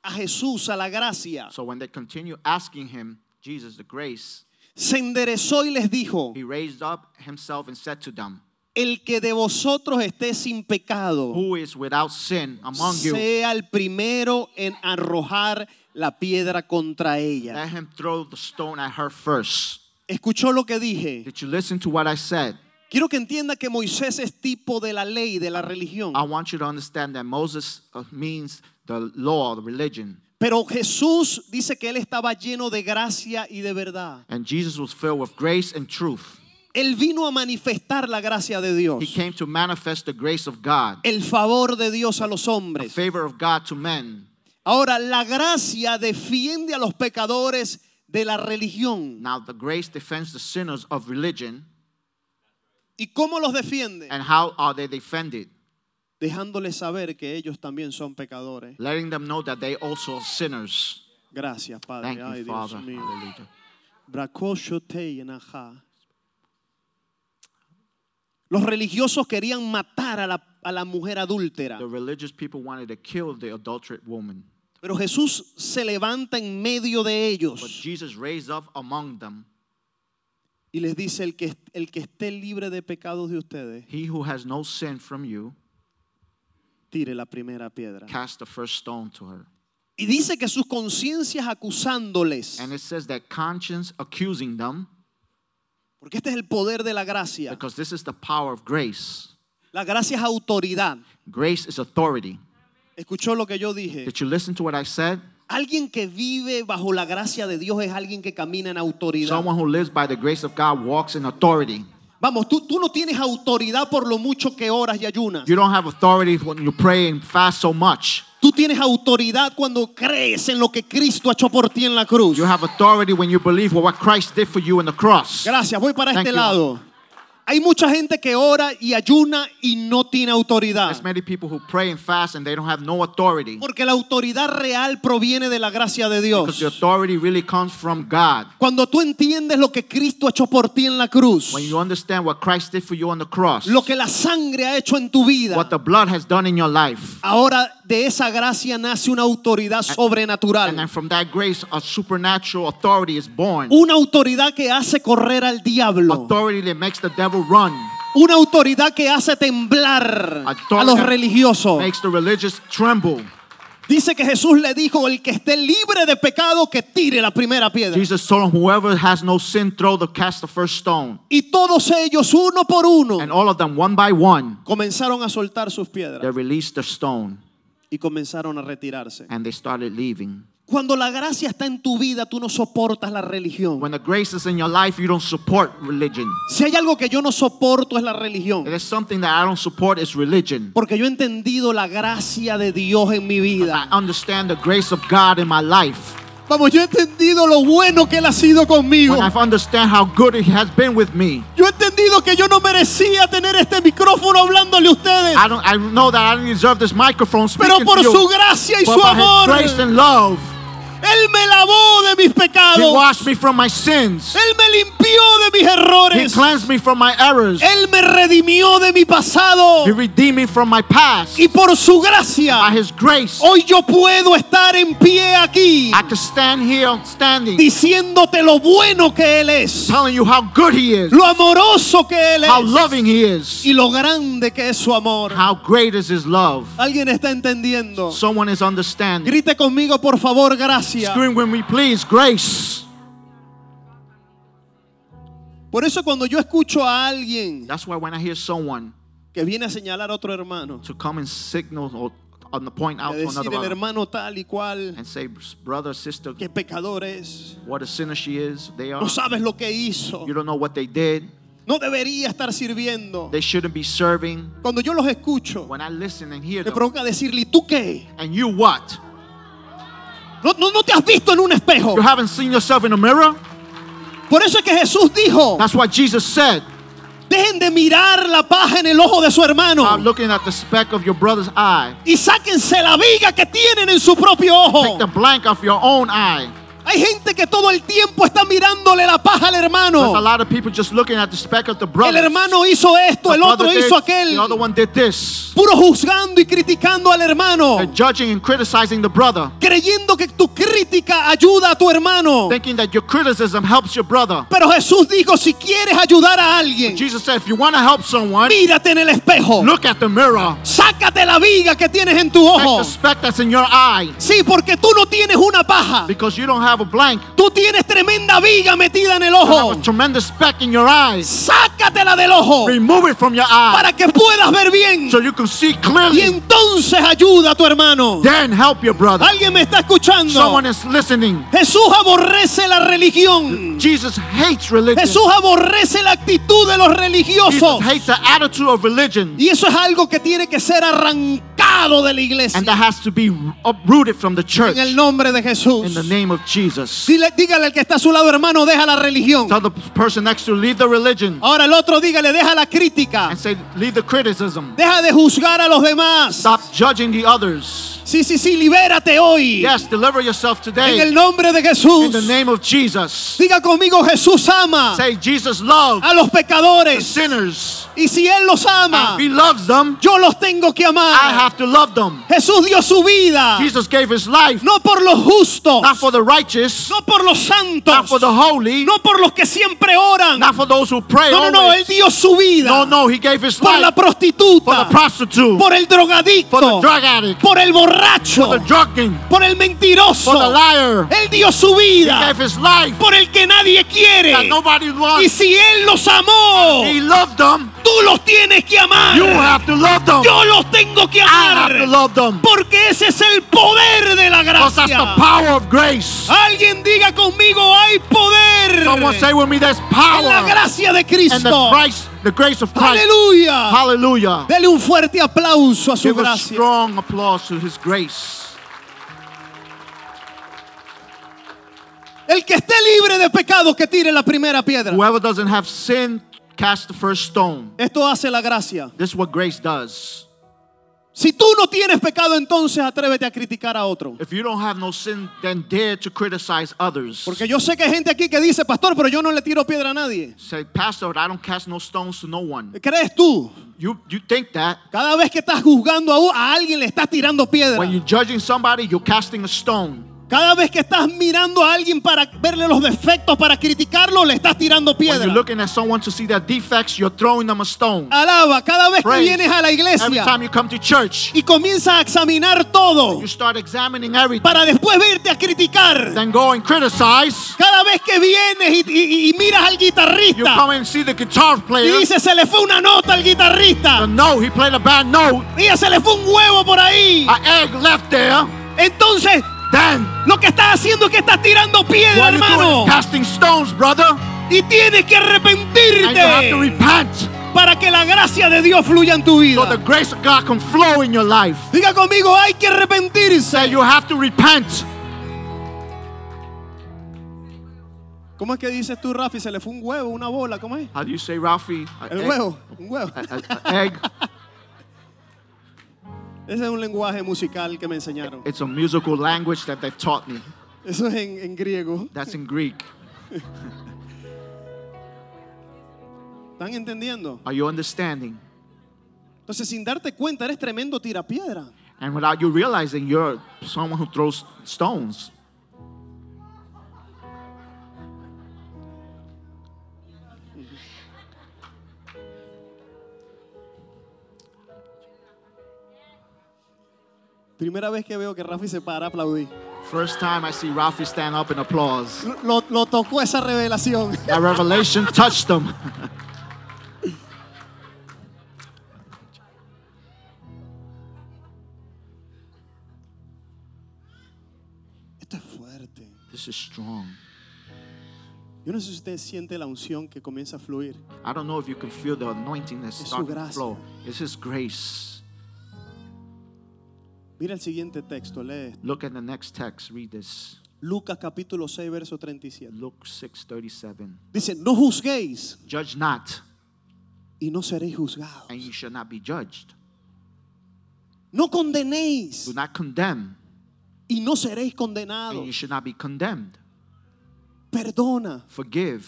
a Jesús, a la gracia,
So when they continue asking him, Jesus, the grace,
se enderezó y les dijo,
he raised up himself and said to them,
el que de vosotros esté sin pecado,
Who is without sin among you?
sea el primero en arrojar la piedra contra
Let
ella.
him throw the stone at her first.
¿Escuchó lo que dije?
Did you listen to what I said?
Quiero que entienda que Moisés es tipo de la ley,
Ah.
de la religión.
I want you to understand that Moses uh, means the law, the religion.
Pero Jesús dice que él estaba lleno de gracia y de verdad.
And Jesus was filled with grace and truth.
Él vino a manifestar la gracia de
He
Dios,
came to manifest the grace of God,
el favor de Dios a los
the
hombres.
favor of God to men.
Ahora, la gracia defiende a los pecadores de la religión.
Now, the grace defends the sinners of religion,
¿Y cómo los defiende?
and how are they defended?
Dejándoles saber que ellos también son pecadores.
Letting them know that they also are sinners.
Gracias, Padre.
Thank
Ay,
you,
Dios
Father.
mío.
Hallelujah.
Bracoshoteyenaja. Los religiosos querían matar a la, a la mujer adúltera.
The religious people wanted to kill the adulterate woman,
Pero Jesús se levanta en medio de
but
ellos
Jesus raised up among them.
y les dice, el que, el que esté libre de pecados de ustedes,
He who has no sin from you,
tire la primera piedra.
cast the first stone to her.
Y dice que sus conciencias acusándoles,
And it says that conscience accusing them,
porque este es el poder de la gracia.
because this is the power of grace.
La gracia es autoridad.
Grace is authority.
¿Escuchó lo que yo dije?
Did you listen to what I said?
Alguien que vive bajo la gracia de Dios es alguien que camina en autoridad.
Someone who lives by the grace of God walks in authority.
Vamos, tú, tú no tienes autoridad por lo mucho que oras y ayunas.
You don't have authority when you pray and fast so much.
Tú tienes autoridad cuando crees en lo que Cristo ha hecho por ti en la cruz.
You have authority when you believe what Christ did for you on the cross.
Gracias, voy para
Thank
este
you.
lado. Hay mucha gente que ora y ayuna y no tiene autoridad.
There's many people who pray and fast and they don't have no authority.
Porque la autoridad real proviene de la gracia de
Because the
Dios.
authority really comes from God.
Cuando tú entiendes lo que Cristo ha hecho por ti en la cruz,
When you understand what Christ did for you on the cross,
lo que la sangre ha hecho en tu vida,
what the blood has done in your life,
ahora de esa gracia nace una autoridad
and then
sobrenatural.
from that grace, a supernatural authority is born.
Una autoridad que hace correr al diablo.
Authority that makes the devil run,
Una autoridad que hace temblar a
Autoridad
los religiosos.
makes the religious tremble.
Dice que Jesús le dijo, el que esté libre de pecado, que tire la primera piedra.
Jesus told him, Whoever has no sin, throw the cast the first stone.
Y todos ellos, uno por uno,
And all of them, one by one,
comenzaron a soltar sus
they
piedras
released the stone
y comenzaron a retirarse.
and they started leaving.
Cuando la gracia está en tu vida, tú no soportas la religión.
When the grace is in your life, you don't support religion.
Si hay algo que yo no soporto es la
It
religión.
is something that I don't support is religion.
Porque yo he entendido la gracia de Dios en mi
I
vida.
understand the grace of God in my life.
Vamos, yo he entendido lo bueno que Él ha sido conmigo.
When I understand how good He has been with me,
Yo he entendido que yo no merecía tener este micrófono hablándole a ustedes.
I don't. I know that I don't deserve this microphone
Pero
speaking
por
to you,
su gracia y
but
su
by
amor,
His grace and love,
Él me lavó de mis
He
pecados.
washed me from my sins.
Él me limpió de mis
He
errores.
cleansed me from my errors.
Él me redimió de mi pasado.
He redeemed me from my past.
Y por su
By
gracia,
His grace,
hoy yo puedo estar en pie aquí
I can stand here standing,
diciéndote lo bueno que Él es,
telling you how good He is,
lo amoroso que Él
how
es
loving He is,
y lo grande que es su amor.
how great is His love.
¿Alguien está entendiendo?
Someone is understanding.
Grite conmigo, por favor, gracias.
Scream when we please, grace.
Por eso cuando yo escucho a alguien
That's why when I hear someone
que viene a señalar a otro hermano,
to come and signal or on the point out
de
to another
decir el
brother
hermano tal y cual,
and say, brother, sister,
qué pecador es,
what a sinner she is. They are.
no sabes lo que hizo,
You don't know what they did.
no debería estar sirviendo.
They shouldn't be serving.
Cuando yo los escucho,
When I listen and hear
me
them,
provoca decirle, "¿Y ¿tú qué?
and you what?
No, no, no te has visto en un espejo.
You haven't seen yourself in the mirror?
Por eso es que Jesús dijo,
That's what Jesus said.
dejen de mirar la paja en el ojo de su
Stop
hermano
looking at the speck of your brother's eye.
y sáquense la viga que tienen en su propio
Take
ojo.
the blank off your own eye.
Hay gente que todo el tiempo está mirándole la paja al
There's Pues a
hermano.
lot of people just looking at the speck of the
El
brother.
hermano hizo esto, el otro hizo aquel.
The other one did this.
Puro juzgando y criticando al hermano.
And judging and criticizing the brother,
Creyendo que tu crítica ayuda a tu hermano.
thinking that your criticism helps your brother.
Pero Jesús dijo, si quieres ayudar a alguien,
Jesus said, if you want to help someone,
mírate en el espejo.
look at the mirror.
Sácate la viga que tienes en tu
Take the
ojo.
speck that's in your eye
Sí, porque tú no tienes una paja.
because you don't have a blank.
Tú tienes tremenda viga metida en el
You have
ojo.
a tremendous speck in your eyes.
Sácatela del ojo
Remove it from your eye
para que puedas ver bien.
so you can see
Y
clearly.
entonces ayuda a tu hermano.
Then help your brother.
Alguien me está escuchando.
Someone is listening.
Jesús aborrece la religión.
Jesus hates religion.
Jesús aborrece la actitud de los religiosos.
Jesus hates the attitude of religion.
Y eso es algo que tiene que ser arrancado de la iglesia.
And that has to be uprooted from the church.
En el nombre de Jesús.
In the name of Jesus.
Dile- dígale al que está a su lado, hermano, deja la religión.
Tell the person next to you, leave the religion
Ahora el otro dígale, deja la crítica.
and say, leave the criticism.
Deja de juzgar a los demás.
Stop judging the others.
Sí, sí, sí, libérate hoy.
Yes, deliver yourself
En el
today.
nombre de
In the
Jesús.
name of Jesus.
Diga conmigo, Jesús ama
Say, Jesus loves
a los pecadores.
sinners.
Y si Él los ama,
And if he loves them,
yo los tengo que
I
amar.
have to love them.
Jesús dio su vida,
Jesus gave his life
no por los justos,
not for the righteous,
no por los
not
santos,
for the holy,
no por los que siempre oran. No,
not for those who pray.
no, no, Él
always.
dio su
No,
vida
no, he gave his
por la
life for the
prostituta,
prostitute,
por el
for the
drogadicto,
drug addict,
por el borracho,
for the drunken,
por el
for the
mentiroso.
liar.
Él dio su
He
vida
gave his life
por el que nadie
that
quiere.
nobody
Y
wants.
si Él los amó,
He loved them.
tú los tienes que amar.
You have to love them.
Yo los tengo que
I have to
amar.
love them.
Porque ese es el poder de la
Because that's the
gracia.
power of grace.
Alguien diga conmigo, hay poder.
Someone say with me, there's
en la
power
gracia de
and the
Cristo.
Christ, the grace of Christ.
Aleluya.
Hallelujah.
Dele un fuerte aplauso a su
Give a
gracia.
strong applause to his grace.
El que esté libre de pecado, que tire la primera piedra.
Whoever doesn't have sin, cast the first stone.
Esto hace la gracia.
This is what grace does.
Si tú no tienes pecado, entonces atrévete a criticar a otro.
If you don't have no sin, then dare to criticize others.
Porque yo sé que hay gente aquí que dice, pastor, pero yo no le tiro piedra a nadie.
Say, Pastor, I don't cast no stones to no one.
¿Crees tú?
You you think that
Cada vez que estás juzgando a, u- a alguien le estás tirando piedra.
when you're judging somebody, you're casting a stone.
Cada vez que estás mirando a alguien para verle los defectos, para criticarlo, le estás tirando
When
piedra.
you're looking at someone to see their defects, you're throwing them a stone.
Alaba, cada vez que
Praise.
vienes a la
Every
iglesia
time you come to church,
y comienzas a examinar todo
you start examining everything.
para después verte a criticar.
Then go and criticize.
Cada vez que vienes y, y- y miras al
You
guitarrista
come and see the guitar
y
player.
dices, se le fue una nota al guitarrista.
No, he played a bad note.
Mira, se le fue un huevo por ahí.
An egg left there.
Entonces,
Then
lo que estás haciendo es que estás tirando piedra,
What are you doing
hermano.
is casting stones, brother.
Y tienes que
And you have to
arrepentirte
repent
para que la gracia de Dios fluya en tu
so the
vida.
grace of God can flow in your life.
Diga conmigo, hay que
Say,
arrepentirse.
you have to repent.
¿Cómo es que dices tú, Rafi? Se le fue un huevo, una bola, ¿cómo es?
How do you say, Ralphie? A
El
egg-
huevo, un huevo.
a- a- a egg.
Ese es un lenguaje musical que me enseñaron.
It's a musical language that they've taught me.
Eso es en, en griego.
That's in Greek.
¿Están entendiendo?
Are you understanding?
Entonces, sin darte cuenta, eres tremendo tirapiedra.
And without you realizing, you're someone who throws stones.
Primera vez que veo que Rafi se para a aplaudir.
First time I see Ralphie stand up and applause.
Lo- Lo, lo tocó esa revelación.
That revelation touched him. This is strong.
Yo no sé si usted siente la unción que comienza a fluir.
I don't know if you can feel the anointing that's
Es su
starting to
gracia.
flow. It's His grace.
Mira el siguiente texto, lee. esto.
Look at the next text. Read this.
Lucas capítulo 6, verso 37.
Luke 6:37.
Dice, no juzguéis
Judge not,
y no seréis juzgados.
and you shall not be judged.
No
Do
condenéis
not condemn,
y no seréis
and you
condenados.
should not be condemned.
Perdona
Forgive,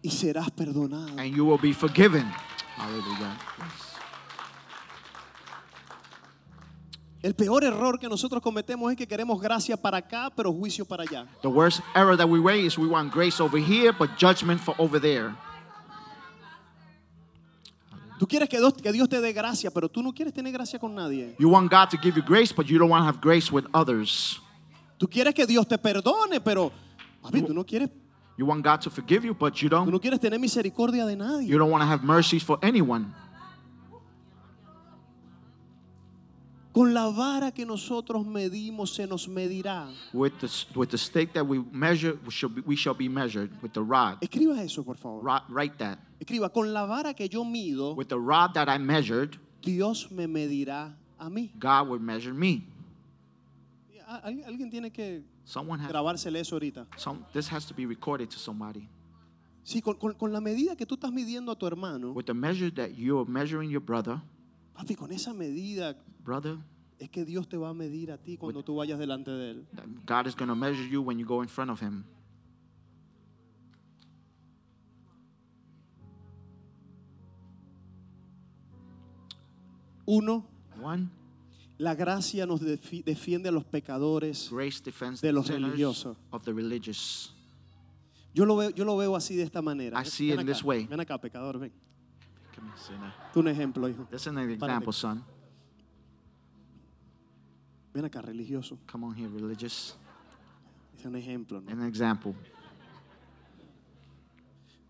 y serás perdonado.
and you will be forgiven. Hallelujah. Yes.
El peor error que nosotros cometemos es que queremos gracia para acá, pero juicio para allá.
The worst error that we make is we want grace over here, but judgment for over there.
Tú quieres que Dios, que Dios te dé gracia, pero tú no quieres tener gracia con nadie.
You want God to give you grace, but you don't want to have grace with others.
Tú quieres que Dios te perdone, pero papi, tú no quieres,
You want God to forgive you, but you
tú
don't.
no quieres tener misericordia de nadie.
You don't want to have mercies for anyone.
Con la vara que nosotros medimos se nos medirá.
With the s- with the stake that we measure, we shall be, we shall be measured with the rod.
Escriba eso, por favor.
Rod, write that.
Escriba, con la vara que yo mido,
With the rod that I measured,
Dios me medirá a mí.
God will measure me.
A- al- Alguien tiene que
Someone has
grabársele eso ahorita.
some. This has to be recorded to somebody.
Sí, con, con- con la medida que tú estás midiendo a tu hermano,
With the measure that you're measuring your brother,
papi, con esa medida
brother,
es que Dios te va a medir a ti cuando tú vayas delante de Él.
that God is going to measure you when you go in front of Him.
Uno,
One,
la gracia nos defi- defiende a los pecadores.
grace defends
De
the
los
sinners
religiosos.
of the religious.
Yo lo veo, yo lo veo así de esta manera.
I see it
acá,
this way.
ven acá, pecador, ven.
Come here, sinner.
Tú un ejemplo, hijo.
This is an example, son.
Ven acá, religioso.
Come on here, religious.
Es un ejemplo. ¿no?
An example.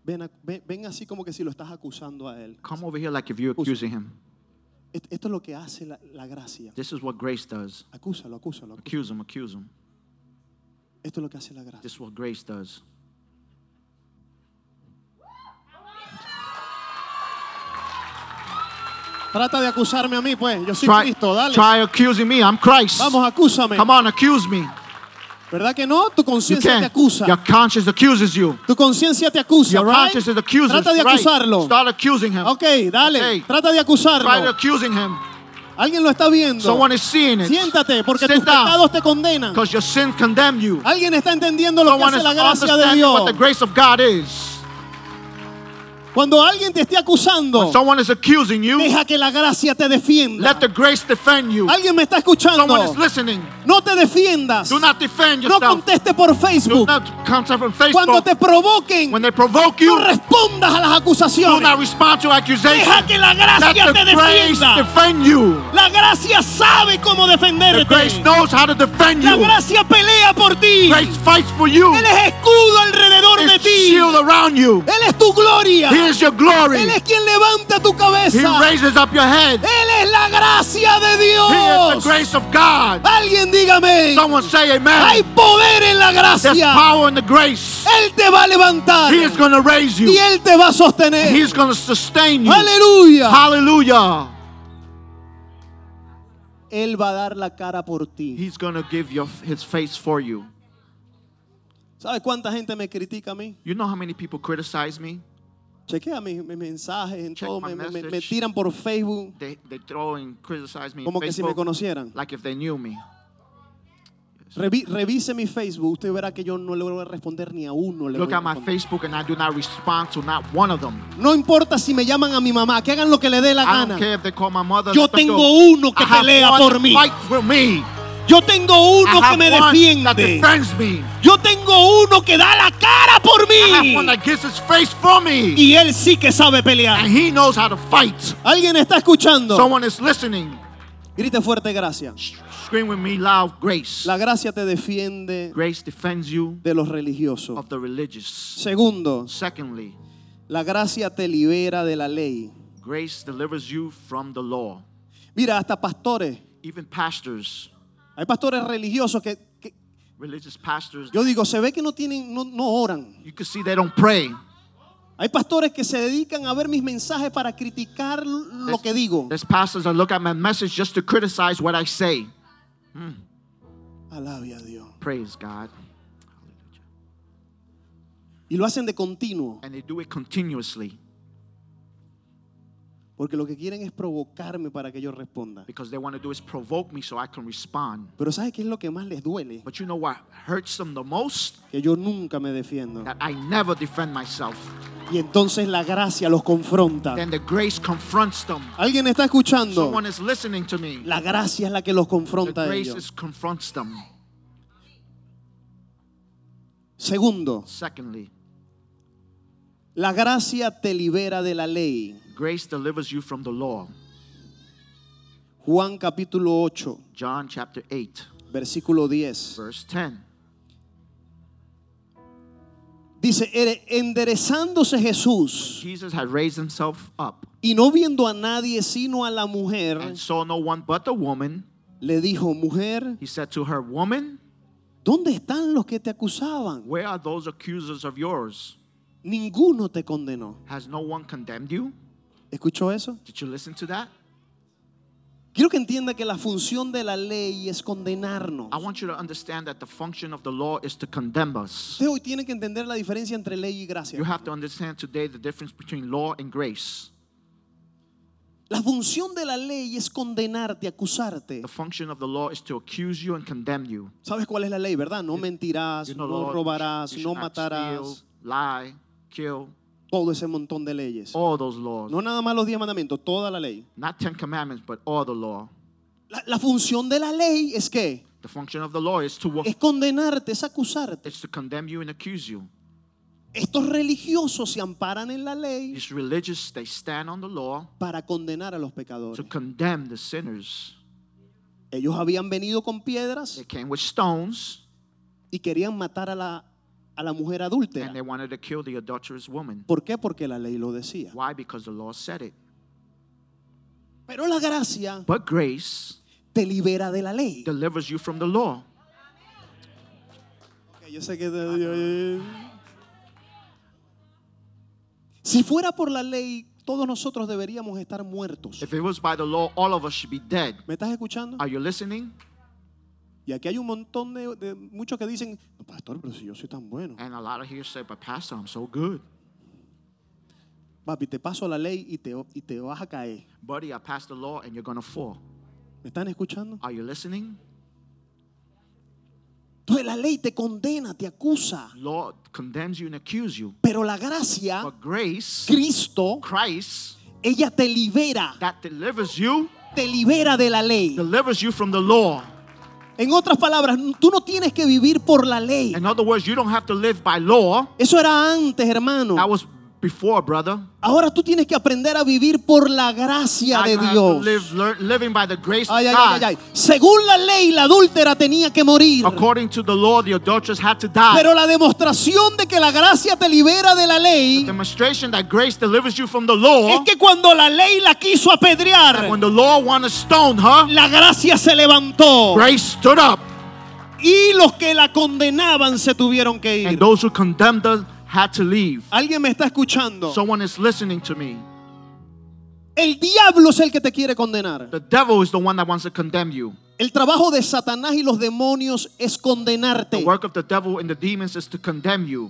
Ven, ac- ven- ven así como que si lo estás acusando a Él.
Come over here like if you're accusing him.
Et- Esto es lo que hace la, la gracia.
This is what grace does.
Acúsalo, acúsalo. acú-
Accuse him, accuse him.
Esto es lo que hace la gracia.
This is what grace does.
Trata de acusarme a mí, pues. Yo soy
Try,
Cristo, dale.
try accusing me. I'm Christ.
Vamos, acúsame.
Come on, accuse me.
¿Verdad que no? Tu
You
conciencia te
can.
acusa.
Your conscience accuses you.
Tu conciencia te acusa.
Your
right?
conscience is accusing
Trata de
right.
acusarlo.
Start accusing him.
Ok, dale.
Okay.
Trata de
Try
acusarlo.
accusing him.
Alguien lo está viendo.
Someone is seeing it.
Siéntate, porque
Sit
tus
down.
pecados te condenan.
Because your sin condemned you.
Alguien está entendiendo lo que
Someone
hace
is
la gracia de
understanding
Dios.
what the grace of God is.
Cuando alguien te esté acusando,
Someone is accusing you.
deja que la gracia te defienda.
Let the grace defend you.
Alguien me está
Someone is
escuchando.
listening.
No te defiendas.
Do not defend
No
yourself.
conteste
Do
por Facebook.
not contact from
Cuando te
Facebook.
provoquen,
When they provoke
no
you,
respondas a las
do
acusaciones.
not respond to accusations.
Deja que la
Let
gracia te
the grace
defienda.
defend you.
La gracia sabe cómo
The grace
defenderte.
knows how to defend
La
you.
gracia pelea por ti.
Grace fights for you.
Él es escudo alrededor de
His
ti.
shield around you.
Él es tu gloria.
He is your glory.
Él es quien levanta tu
He
cabeza.
raises up your head.
Él es la gracia de
He is the
Dios.
grace of God.
Alguien dígame.
Someone say
Hay
amen.
poder en la
There's
gracia.
power in the grace.
Él te va a levantar.
He is
Y
going to raise you.
Él te va a sostener.
He's going to sustain you.
Aleluya.
Hallelujah.
Él va a dar la cara por ti.
He's going to give your, his face for you.
¿Sabes cuánta gente me critica a mí?
You know how many people criticize me?
Chequea mis, mis mensajes en
Check
todo.
my
Me, me- me-
message.
me tiran por Facebook
They, they throw and criticize me on
como que si me
Facebook
conocieran.
like if they knew me.
Revi- revise mi Facebook. Usted verá que yo no le voy a responder ni a uno. Le
Look
voy a
at my
responder.
Facebook and I do not respond to not one of them.
No importa si me llaman a mi mamá. Que hagan lo que le dé la
I don't
gana.
care if they call my mother.
Yo
let them
tengo
go.
uno que
I have
pelea
one
por
that
mí.
fights for me.
Yo tengo
I
uno que
have
me
one that
defiende.
defends me.
Yo tengo uno que da la cara por
I have
mí.
one that gives his face for me.
Y él sí que sabe
And
pelear.
he knows how to fight.
¿Alguien está escuchando?
Someone is listening.
Grite fuerte gracia.
Sh- Scream with me loud grace.
La gracia te defiende
Grace defends you
de los religiosos.
of the religious.
Segundo,
Secondly,
la gracia te libera de la ley.
grace delivers you from the law.
Mira, hasta pastores.
Even pastors,
Hay pastores religiosos que, que
Religious pastors,
Yo digo, se ve que no tienen, no, no oran.
you can see they don't pray.
Hay pastores que se dedican a ver mis mensajes para criticar lo que digo.
There's pastors that look at my message just to criticize what I say.
Alabe a Dios.
Praise God.
Y lo hacen de continuo,
And they do it continuously
porque lo que quieren es provocarme para que yo responda.
because they want to do is provoke me so I can respond.
Pero ¿sabes qué es lo que más les duele?
But you know what hurts them the most?
Que yo nunca me defiendo.
That I never defend myself.
Y entonces la gracia los confronta.
Then the grace confronts them.
¿Alguien está escuchando?
Someone is listening to me.
La gracia es la que los
The
confronta a
grace
ellos.
is confronts them.
Segundo,
Secondly,
la gracia te libera de la ley.
grace delivers you from the law.
Juan capítulo 8,
John chapter 8,
versículo 10.
verse 10.
Dice, "Ere- enderezándose Jesús
Jesus had raised himself up
y no viendo a nadie sino a la mujer,
and saw no one but the woman.
le dijo, mujer,
He said to her, Woman,
¿dónde están los que te acusaban?
where are those accusers of yours?
Ninguno te condenó.
Has no one condemned you?
¿Escuchó eso?
Did you listen to that?
Quiero que entienda que la función de la ley es condenarnos.
I want you to understand that the function of the law is to condemn us.
Usted hoy tiene que entender la diferencia entre ley y
You
gracia.
have to understand today the difference between law and grace.
La función de la ley es condenarte, acusarte.
The function of the law is to accuse you and condemn you.
¿Sabes cuál es la ley, verdad? No mentirás,
You know,
no
Lord,
robarás,
you should
no
not steal,
matarás.
lie, kill,
Todo ese montón de leyes.
all those laws.
No nada más los diez mandamientos, toda la ley.
Not Ten Commandments, but all the law.
La, la función de la ley es qué?
The function of the law is to wo-
Es condenarte, es acusarte.
is to condemn you and accuse you.
Estos religiosos se amparan en la ley
These religious, they stand on the law
para condenar a los
to
pecadores.
condemn the sinners.
Ellos habían venido con piedras
They came with stones
y querían matar a la, a la mujer
and
adúltera.
they wanted to kill the adulterous woman.
¿Por qué? Porque la ley lo decía.
Why? Because the law said it.
Pero la gracia
But grace
te libera de la ley.
delivers you from the law.
Ok, yo sé que- Si fuera por la ley, todos nosotros deberíamos estar muertos.
If it was by the law, all of us should be dead.
¿Me estás escuchando?
Are you listening?
Y aquí hay un montón de, de muchos que dicen, "No, pastor, pero si yo soy tan bueno.
And a lot of here say, but Pastor, I'm so good.
Papi, te paso la ley y te, y te vas a caer.
Buddy, I passed the law and you're going to fall.
¿Me están escuchando?
Are you listening?
Entonces la ley te condena, te acusa.
Law condemns you and accuses you.
Pero la gracia,
But grace,
Cristo,
Christ,
ella te libera.
that delivers you,
Te libera de la ley.
delivers you from the law.
En otras palabras, tú no tienes que vivir por la ley.
In other words, you don't have to live by law.
Eso era antes, hermano.
That was before, brother.
Ahora tú tienes que aprender a vivir por la gracia
Now
de
you have to
Dios.
live lear- living by the grace
Ay,
of
ay,
God.
ay, ay, ay. Según la ley, la adúltera tenía que morir.
According to the law, the adulteress had to die.
Pero la demostración de que la gracia te libera de la ley
demonstration that grace delivers you from the law.
es que cuando la ley la quiso apedrear,
when the law wanted stone her,
la gracia se levantó.
grace stood up,
Y los que la condenaban se tuvieron que
and
ir.
those who condemned us had to leave.
¿Alguien me está escuchando?
Someone is listening to me.
El diablo es el que te quiere condenar.
The devil is the one that wants to condemn you.
El trabajo de Satanás y los demonios es
The
condenarte.
work of the devil and the demons is to condemn you.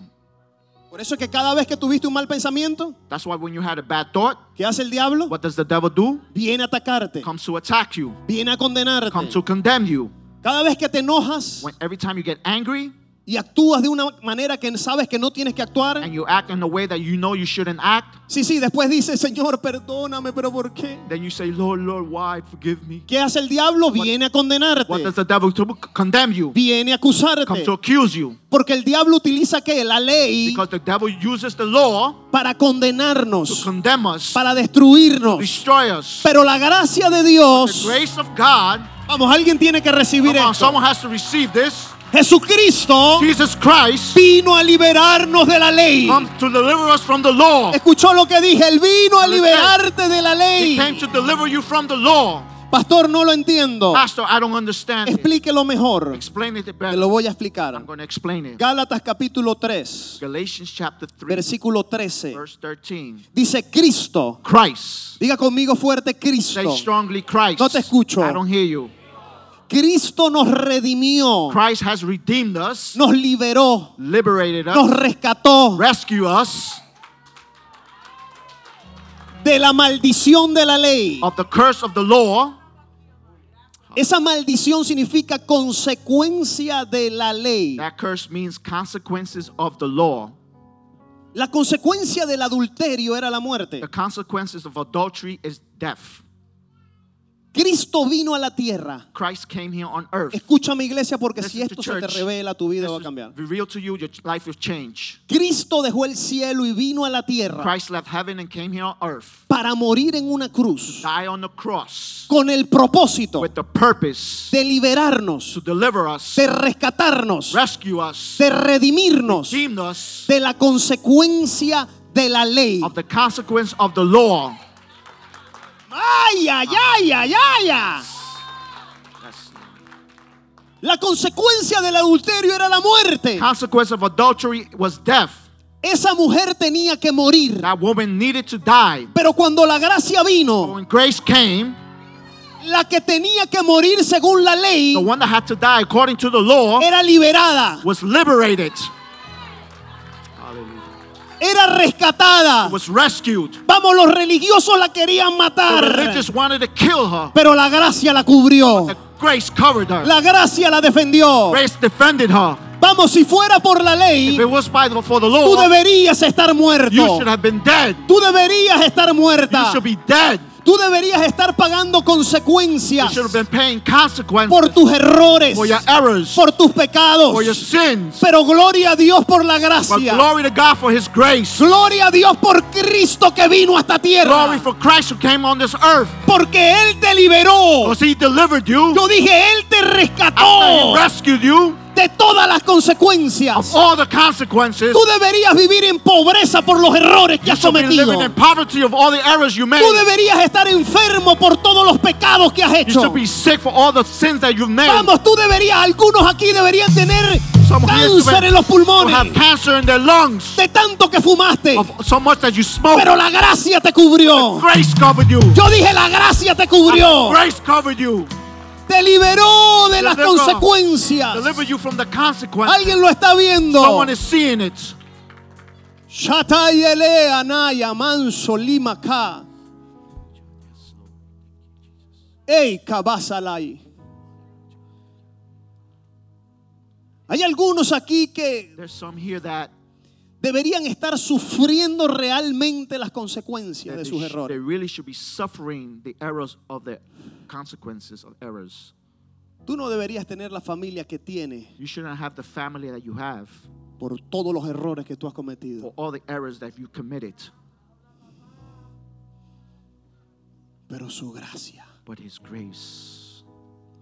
Por eso es que cada vez que tuviste un mal pensamiento,
That's why when you had a bad thought,
¿qué hace el diablo?
what does the devil do?
viene a atacarte,
Comes to attack you,
viene a condenarte.
comes to condemn you.
Cada vez que te enojas
When every time you get angry
y actúas de una manera que sabes que no tienes que actuar,
and you act in a way that you know you shouldn't act,
sí, sí, después dices, Señor, perdóname, pero ¿por qué?
then you say, Lord, Lord, why forgive me?
¿Qué hace el diablo? Viene a condenarte,
What does the devil do? Condemn you,
viene a
comes
acusarte.
to accuse you.
Porque el diablo utiliza qué? La ley
Because the devil uses the law
para
to
condenarnos,
condemn us,
para destruirnos.
destroy us.
Pero la gracia de
The
Dios,
grace of God,
vamos, alguien tiene que recibir
come on,
esto.
someone has to receive this.
Jesucristo
Jesus Christ
vino a liberarnos de la ley.
comes to deliver us from the law.
Escuchó lo que dije, él vino a
Understand.
liberarte de la
He
ley.
came to deliver you from the law.
Pastor, no lo entiendo.
Pastor, I don't understand. it.
Explíquelo mejor.
Explain it
Te
better.
lo voy a explicar.
I'm going to explain it.
Gálatas capítulo 3,
Galatians chapter 3,
versículo 13.
verse 13.
Dice Cristo.
Christ.
Diga conmigo fuerte
Say
Cristo.
strongly, Christ.
No te escucho.
I don't hear you.
Cristo nos redimió,
Christ has redeemed us,
nos liberó,
liberated us,
nos rescató
rescue us
de la maldición de la ley.
of the curse of the law.
Esa maldición significa consecuencia de la ley.
That curse means consequences of the law.
La consecuencia del adulterio era la muerte.
The consequences of adultery is death.
Cristo vino a la tierra.
Christ came here on earth.
Escúchame iglesia porque si
Listen to
esto se te
church.
revela tu vida
This
va a
is
cambiar.
revealed to you, your life will change.
Cristo dejó el cielo y vino a la tierra
Christ left heaven and came here on earth.
para morir en una cruz
Die on the cross
con el propósito
with the purpose
de liberarnos,
to deliver us,
de rescatarnos,
rescue us,
de redimirnos
redeem us
de la consecuencia de la ley.
of the consequence of the law.
Ay, ay, ay, ay, ay, ay.
Yes.
La consecuencia del adulterio era la muerte.
Consequence of adultery was death.
Esa mujer tenía que morir.
That woman needed to die.
Pero cuando la gracia vino,
When grace came,
la que tenía que morir según la ley
the one that had to die according to the law
era liberada,
was liberated. Hallelujah.
era rescatada.
Was rescued.
Vamos, los religiosos la querían
The
matar,
religious wanted to kill her.
pero la gracia la cubrió.
The grace covered her.
La gracia la defendió.
Grace defended her.
Vamos, si fuera por la
If
ley,
it was by the, for the
tú
law,
deberías estar
you
muerto.
should have been dead.
Tú deberías estar
You
muerta.
should be dead.
Tú deberías estar pagando
You
consecuencias
should have been paying consequences
por tus errores,
for your errors,
por tus pecados.
for your sins.
Pero gloria a Dios por la
But
gracia.
glory to God for His grace.
Gloria a Dios por Cristo que vino a esta
Glory
tierra.
for Christ who came on this earth.
Porque Él te liberó.
Because He delivered you.
Yo dije, Él te
He
rescató
rescued you
de todas las
of
consecuencias.
all the consequences.
Tú deberías vivir en pobreza por los errores que
You
has
should be
cometido.
living in poverty of all the errors you
Tú
made.
deberías estar enfermo por todos los pecados que has
You
hecho.
should be sick for all the sins that you've made.
Vamos, tú deberías, algunos aquí deberían tener
Some here
cáncer
even
en los
who have
pulmones
cancer in their lungs
de tanto que fumaste,
of so much that you smoke.
pero la gracia te cubrió.
Grace covered you.
Yo dije, la gracia te cubrió,
Grace covered you.
te liberó de las
Deliver-
consecuencias.
Delivered you from the consequences.
Alguien lo está viendo.
Someone is seeing it.
Shatayele anaya manso lima ka. Ey kabasalai. Hay algunos aquí que
There's some here that
deberían estar sufriendo realmente las
that
consecuencias
they,
de sus
sh- they
errores.
really should be suffering the errors of the consequences of errors.
Tú no deberías tener la familia que tienes
You shouldn't have the family that you have
por todos los errores que tú has cometido.
for all the errors that you committed.
Pero su gracia,
But His grace,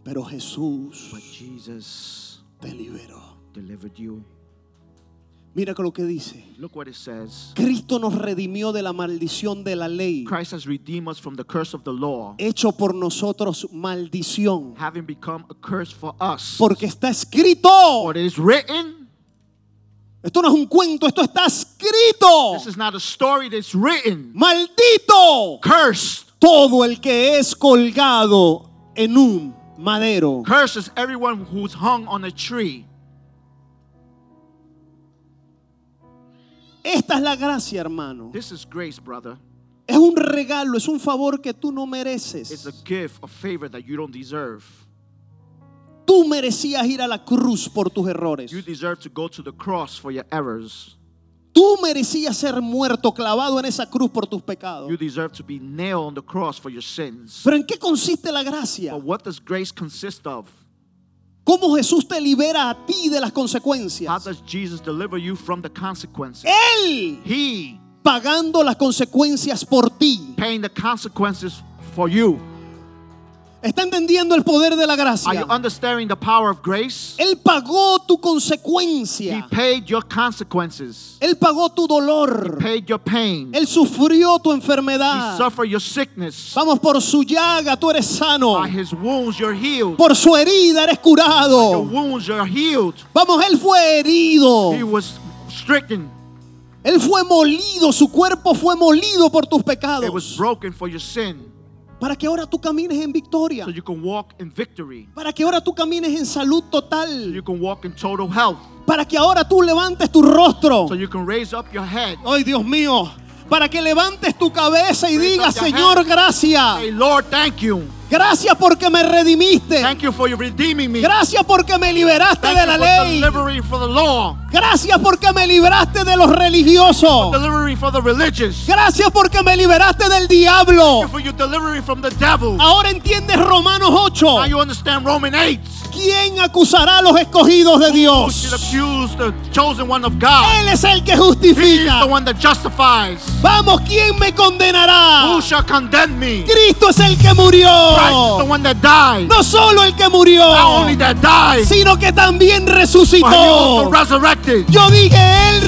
pero Jesús
but Jesus
te liberó.
delivered you.
Mira con lo que dice.
Look what it says.
Cristo nos redimió de la maldición de la ley,
Christ has redeemed us from the curse of the law,
hecho por nosotros maldición,
having become a curse for us.
porque está escrito.
What is written,
Esto no es un cuento, esto está escrito.
this is not a story that's written.
Maldito
Cursed.
todo el que es colgado en un madero.
Cursed is everyone who's hung on a tree.
Esta es la gracia, hermano.
This is grace, brother.
Es un regalo, es un favor que tú no mereces.
It's a gift, a favor that you don't deserve.
Tú merecías ir a la cruz por tus errores.
You deserve to go to the cross for your errors.
Tú merecías ser muerto, clavado en esa cruz por tus pecados.
You deserve to be nailed on the cross for your sins.
Pero ¿en qué consiste la gracia?
But what does grace consist of?
¿Cómo Jesús te libera a ti de las
How
consecuencias?
does Jesus deliver you from the consequences?
Él
He
pagando las consecuencias por ti.
paying the consequences for you.
¿Está entendiendo el poder de la
Are you
gracia?
understanding the power of grace?
Él pagó tu
He
consecuencia.
paid your consequences,
Él pagó tu dolor.
paid your pain,
Él sufrió tu
He
enfermedad.
suffered your sickness.
Vamos por su llaga, tú eres sano.
By His wounds you're healed.
Por su herida eres
Your
curado.
wounds you're healed.
Vamos, él fue herido.
He was stricken.
Él fue molido, su cuerpo fue molido por tus
It was
pecados.
broken for your sin,
Para que ahora tú camines en victoria.
so you can walk in victory.
Para que ahora tú camines en salud
You
total.
can walk in total health,
Para que ahora tú levantes tu rostro.
so you can raise up your head.
Ay, Dios mío. Para que levantes tu cabeza y
Raise
digas,
up your
Señor,
hand.
gracias.
Say, Lord, thank you.
Gracias porque me redimiste.
Thank you for redeeming me.
Gracias porque me liberaste de
Thank
la
you
ley.
for delivering for the law,
Gracias porque me libraste de los religiosos.
delivering for the religious. Thank
Gracias porque me liberaste del diablo.
you for your delivery from the devil.
Ahora entiendes Romanos
Now
8.
you understand Roman 8.
¿Quién acusará a los escogidos de
Who should
Dios?
accuse the chosen one of God?
Él es el que
He is
justifica.
the one that justifies.
Vamos, ¿quién me
Who
condenará?
shall condemn me?
Cristo es el que murió.
Christ is the one that died.
No solo el que murió,
Not only that died,
sino que también
but he also
resucitó.
resurrected.
Yo dije, Él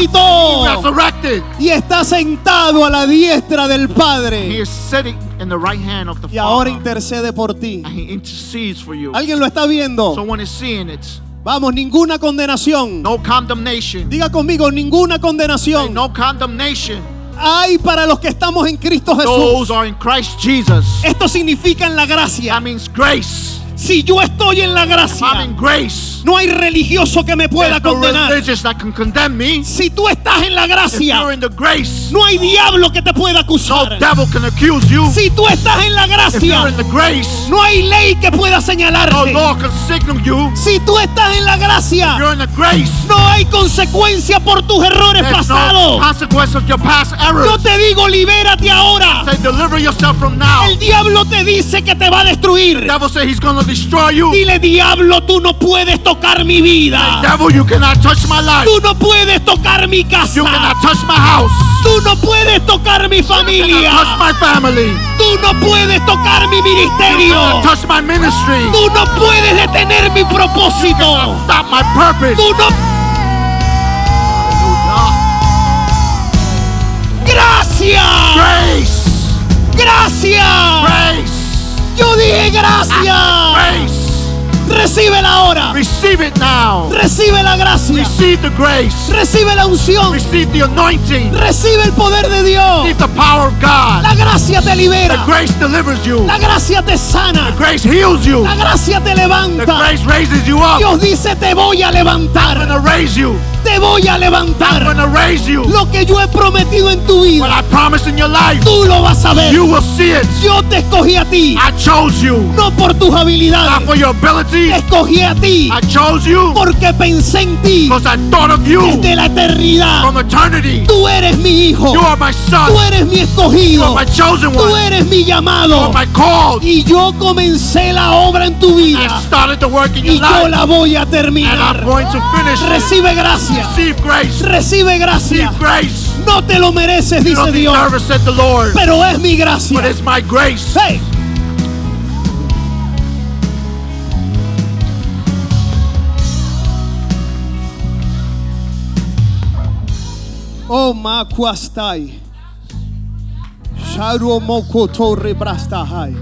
He
resucitó.
resurrected.
Y está sentado a la diestra del
He
Padre.
is sitting in the right hand of the
Y ahora
Father.
intercede por ti.
And he intercedes for you.
¿Alguien lo está viendo?
Someone is seeing it.
Vamos, ninguna condenación.
No condemnation.
Diga conmigo, ninguna
Say,
condenación.
No condemnation.
Hay para los que estamos en Cristo
Those
Jesús.
are in Christ Jesus.
Esto significa en la
That
gracia.
means grace.
Si yo estoy en la
I'm
gracia,
in grace.
no hay religioso que me pueda
There's no
condenar.
religious that can condemn me.
Si tú estás en la
If you're
gracia,
in the grace,
no hay diablo que te pueda
no
acusar.
devil can accuse you.
Si tú estás en la
If you're in
gracia,
the grace,
no hay ley que pueda
no
señalarte.
law can signal you.
Si tú estás en la
If
gracia,
you're in the grace,
no hay consecuencia por tus errores
there's no
pasados.
consequence of your past
Yo
errors.
te digo, libérate ahora.
Say, deliver yourself from now.
El diablo te dice que te va a destruir.
Devil say he's gonna destroy you.
Dile, diablo, tú no puedes tocar mi vida.
Devil, you cannot touch my life.
Tú no puedes tocar mi
You cannot
casa.
touch my house.
Tú no puedes tocar mi
You cannot touch
familia.
my family.
Tú no puedes tocar mi
You cannot
ministerio.
touch my ministry.
Tú no puedes detener mi propósito.
Stop my purpose.
Tú no. Gracias.
Grace,
Gracias.
grace,
Yo dije gracias.
grace.
Recibe la hora.
Receive it now.
Recibe la gracia.
Receive the grace.
Recibe la unción.
Receive the anointing.
Recibe el poder de Dios.
Receive the power of God.
La gracia te
The
libera.
grace delivers you.
La gracia te sana.
Grace heals you.
La gracia te
The
levanta.
grace raises you up.
Dios dice, te voy a
I'm
levantar.
gonna raise you.
Te voy a
I'm
levantar.
gonna raise you.
Lo que yo he prometido en tu
What
vida,
I promised in your life,
tú lo vas a ver.
you will see it.
Yo te escogí a ti,
I chose you.
no por tus
Not
habilidades.
for your
Te
ability.
escogí a ti
I chose you
porque pensé en ti
because I thought of you
desde la eternidad.
from eternity.
Tú eres mi hijo.
You are my
Tú
son.
eres mi
You
escogido.
are my chosen
Tú
one.
eres mi
You
llamado.
are my called.
Y yo comencé la obra en tu vida.
I started the work in your
y yo
life.
la voy a
And I'm
terminar.
going to finish it.
Recibe gracia,
Receive grace.
recibe gracia.
Receive grace.
No te lo mereces,
You
dice
don't
Dios,
deserve it, said the Lord.
pero es mi
But
gracia.
it's my grace.
Hey, oh ma kuastai. Sharu mokoto rebrastahai.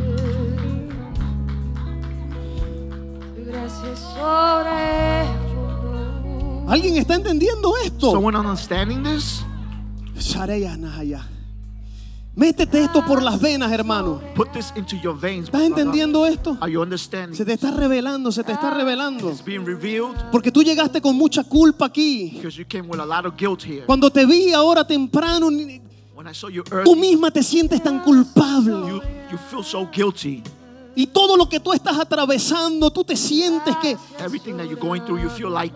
Tu gracia sobreabundó.
¿Alguien está entendiendo esto?
Someone understanding this?
Shareya nahaya. Métete esto por las venas, hermano.
Put this into your veins.
¿Estás
brother.
entendiendo esto?
Are you
Se
understanding?
te está revelando, se te está revelando.
It's being revealed
Porque tú llegaste con mucha culpa aquí.
because you came with a lot of guilt here.
Cuando te vi ahora temprano, ni-
When I saw you early,
tú misma te sientes tan culpable.
you, you feel so guilty.
Y todo lo que tú estás atravesando, tú te sientes que...
Everything that you're going through, you feel like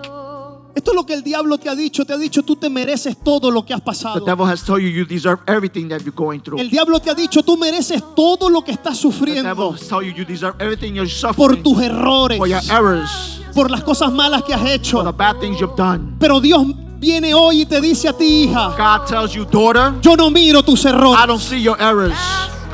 Esto es lo que el diablo te ha dicho. Te ha dicho, tú te mereces todo lo que has
the
pasado.
devil has told you you deserve everything that you're going through.
El diablo te ha dicho, tú mereces todo lo que estás
The devil
sufriendo
has told you you deserve everything you're
por
suffering
tus errores,
for your errors,
por las cosas malas que has
for the
hecho.
bad things you've done.
Pero Dios viene hoy y te dice a ti, hija,
God tells you, daughter,
yo no miro tus errores.
I don't see your errors.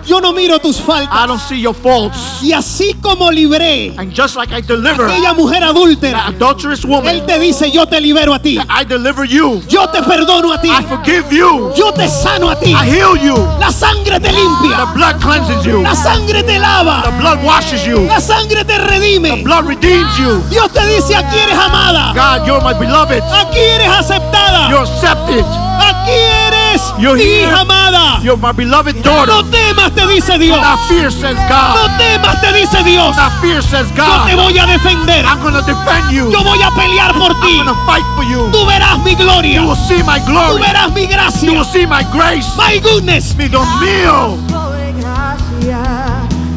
Yo no miro tus faltas.
I don't see your faults.
Y así como libré
And just like I
a
deliver
aquella mujer
that
adúltera,
adulterous
Él
woman,
te dice, yo te libero a ti.
I deliver you.
Yo te perdono a ti.
I forgive you.
Yo te sano a ti.
I heal you.
La sangre te
The
limpia.
blood cleanses you.
La sangre te
The
lava.
blood washes you.
La sangre te
The
redime.
blood redeems you.
Dios te dice, aquí eres amada.
God, you're my beloved.
Aquí eres aceptada.
You're accepted.
Aquí eres
You're here.
hija amada.
You're my beloved
No
daughter.
temas, te dice Dios.
Not fear, says God.
No temas, te dice Dios.
Not fear, says
Yo te
God.
voy a defender.
I'm gonna defend you.
Yo voy a pelear por ti.
I'm gonna fight for you.
Tú verás mi gloria.
You will see my
Tú
glory.
verás mi
You will
gracia.
see my grace.
My goodness.
Mi Dios mío.
Sobre gracia,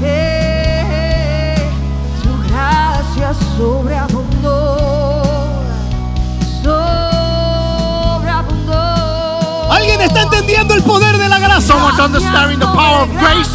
eh, su gracia sobreabundó, sobreabundó.
¿Alguien está entendiendo el poder de la gracia?
Someone's understanding the power of grace.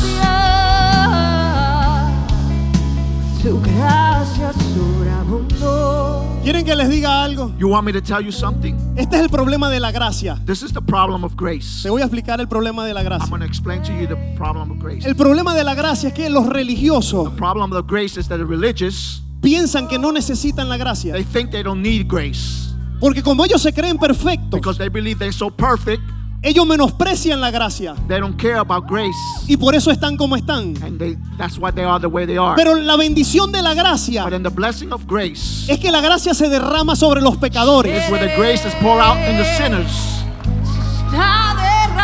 Su gracia sobreabundó.
¿Quieren que les diga algo?
You want me to tell you something?
Este es el problema de la gracia.
This is the problem of grace.
Te voy a explicar el problema de la
I'm
gracia.
gonna explain to you the problem of grace.
El problema de la gracia es que los religiosos
The problem of grace is that the religious
piensan que no necesitan la gracia.
they think they don't need grace
Porque como ellos se creen perfectos,
because they believe they're so perfect
ellos menosprecian la gracia.
they don't care about grace
Y por eso están como están.
and they that's why they are the way they are.
Pero la bendición de la
But
gracia
in the blessing of grace
es que la gracia se derrama sobre los pecadores.
is where the grace is poured out in the sinners.
Está derramando.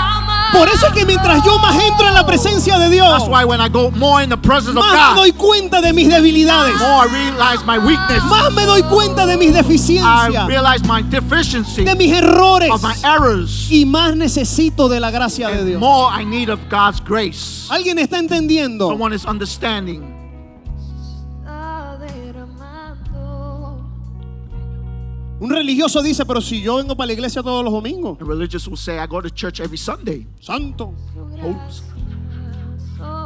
Por eso es que mientras yo más entro en la presencia de Dios,
That's why when I go more in the presence of
más me
God,
doy cuenta de mis debilidades,
more I realize my weakness.
más me doy cuenta de mis
I
deficiencias,
realize my deficiency
de mis errores
of my errors.
y más necesito de la gracia de
And
Dios.
more I need of God's grace.
¿Alguien está entendiendo?
Someone is understanding.
Está derramando.
Un religioso dice, pero si yo vengo para la iglesia todos los domingos,
And religious will say, I go to church every Sunday.
santo,
Oops.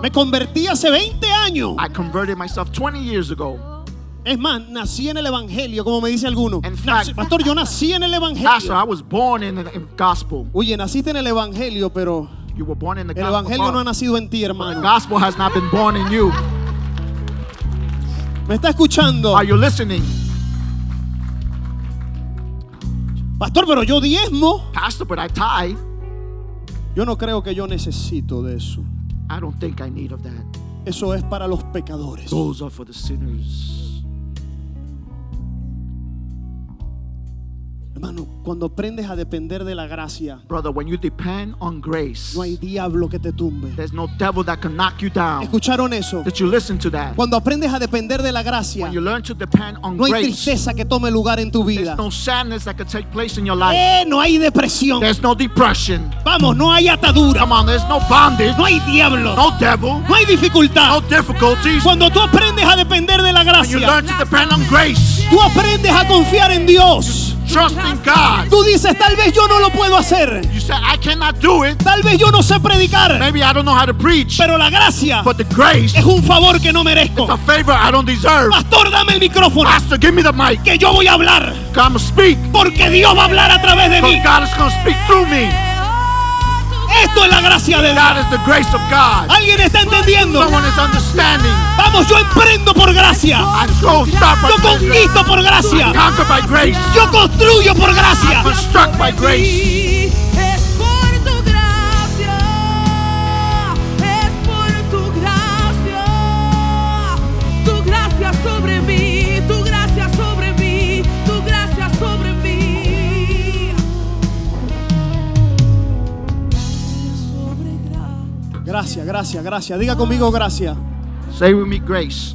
me convertí hace 20 años.
I converted myself 20 years ago.
Es más, nací en el Evangelio, como me dice alguno.
En fact-
Nací- Pastor, yo nací en el
Pastor,
Evangelio.
I was born in the in gospel.
Oye, naciste en el Evangelio, pero
You were born in the
el
gospel.
Evangelio no ha
but
nacido en ti,
the
hermano.
gospel has not been born in you.
¿Me está escuchando?
Are you listening?
Pastor, pero yo diezmo.
Pastor, but I tie.
Yo no creo que yo necesito de eso.
I don't think I need of that.
Eso es para los pecadores.
Those are for the sinners.
Hermano, cuando aprendes a depender de la gracia,
Brother, when you depend on grace,
no hay diablo que te tumbe.
there's no devil that can knock you down.
¿Escucharon eso?
Did you listen to that?
Cuando aprendes a depender de la gracia,
You learn to depend on
no hay
grace.
tristeza que tome lugar en tu vida.
There's no sadness that could take place in your life.
Eh, no hay depresión.
There's no depression.
Vamos, no hay atadura.
Come on, there's no bondage,
No hay diablo.
no devil,
No hay dificultad.
no difficulties.
Cuando tú aprendes a depender de la
When you
gracia,
learn to depend on grace,
tú aprendes a confiar en Dios.
trust in God.
Tú dices, tal vez yo no lo puedo hacer.
You say, I cannot do it.
Tal vez yo no sé predicar.
Maybe I don't know how to preach,
Pero la gracia
but the grace,
es un favor que no
a
merezco.
favor I don't deserve.
Pastor, dame el micrófono.
Pastor, give me the mic.
Que yo voy a hablar.
Come speak.
Porque Dios va a hablar a través de mí.
Because God is going to speak through me.
Esto es la gracia de Dios.
God is the grace of God.
¿Alguien está entendiendo?
Someone is understanding.
Vamos, yo emprendo por gracia.
I go stop by
Yo
grace.
conquisto por gracia.
Conquer by grace.
Yo construyo por gracia.
Construct by grace.
Es por tu gracia, es por tu gracia, tu gracia sobre mí, tu gracia sobre mí, tu gracia sobre mí. Gracia sobre gracia.
Gracias, gracias, gracias. Diga conmigo gracias.
Say with me, grace.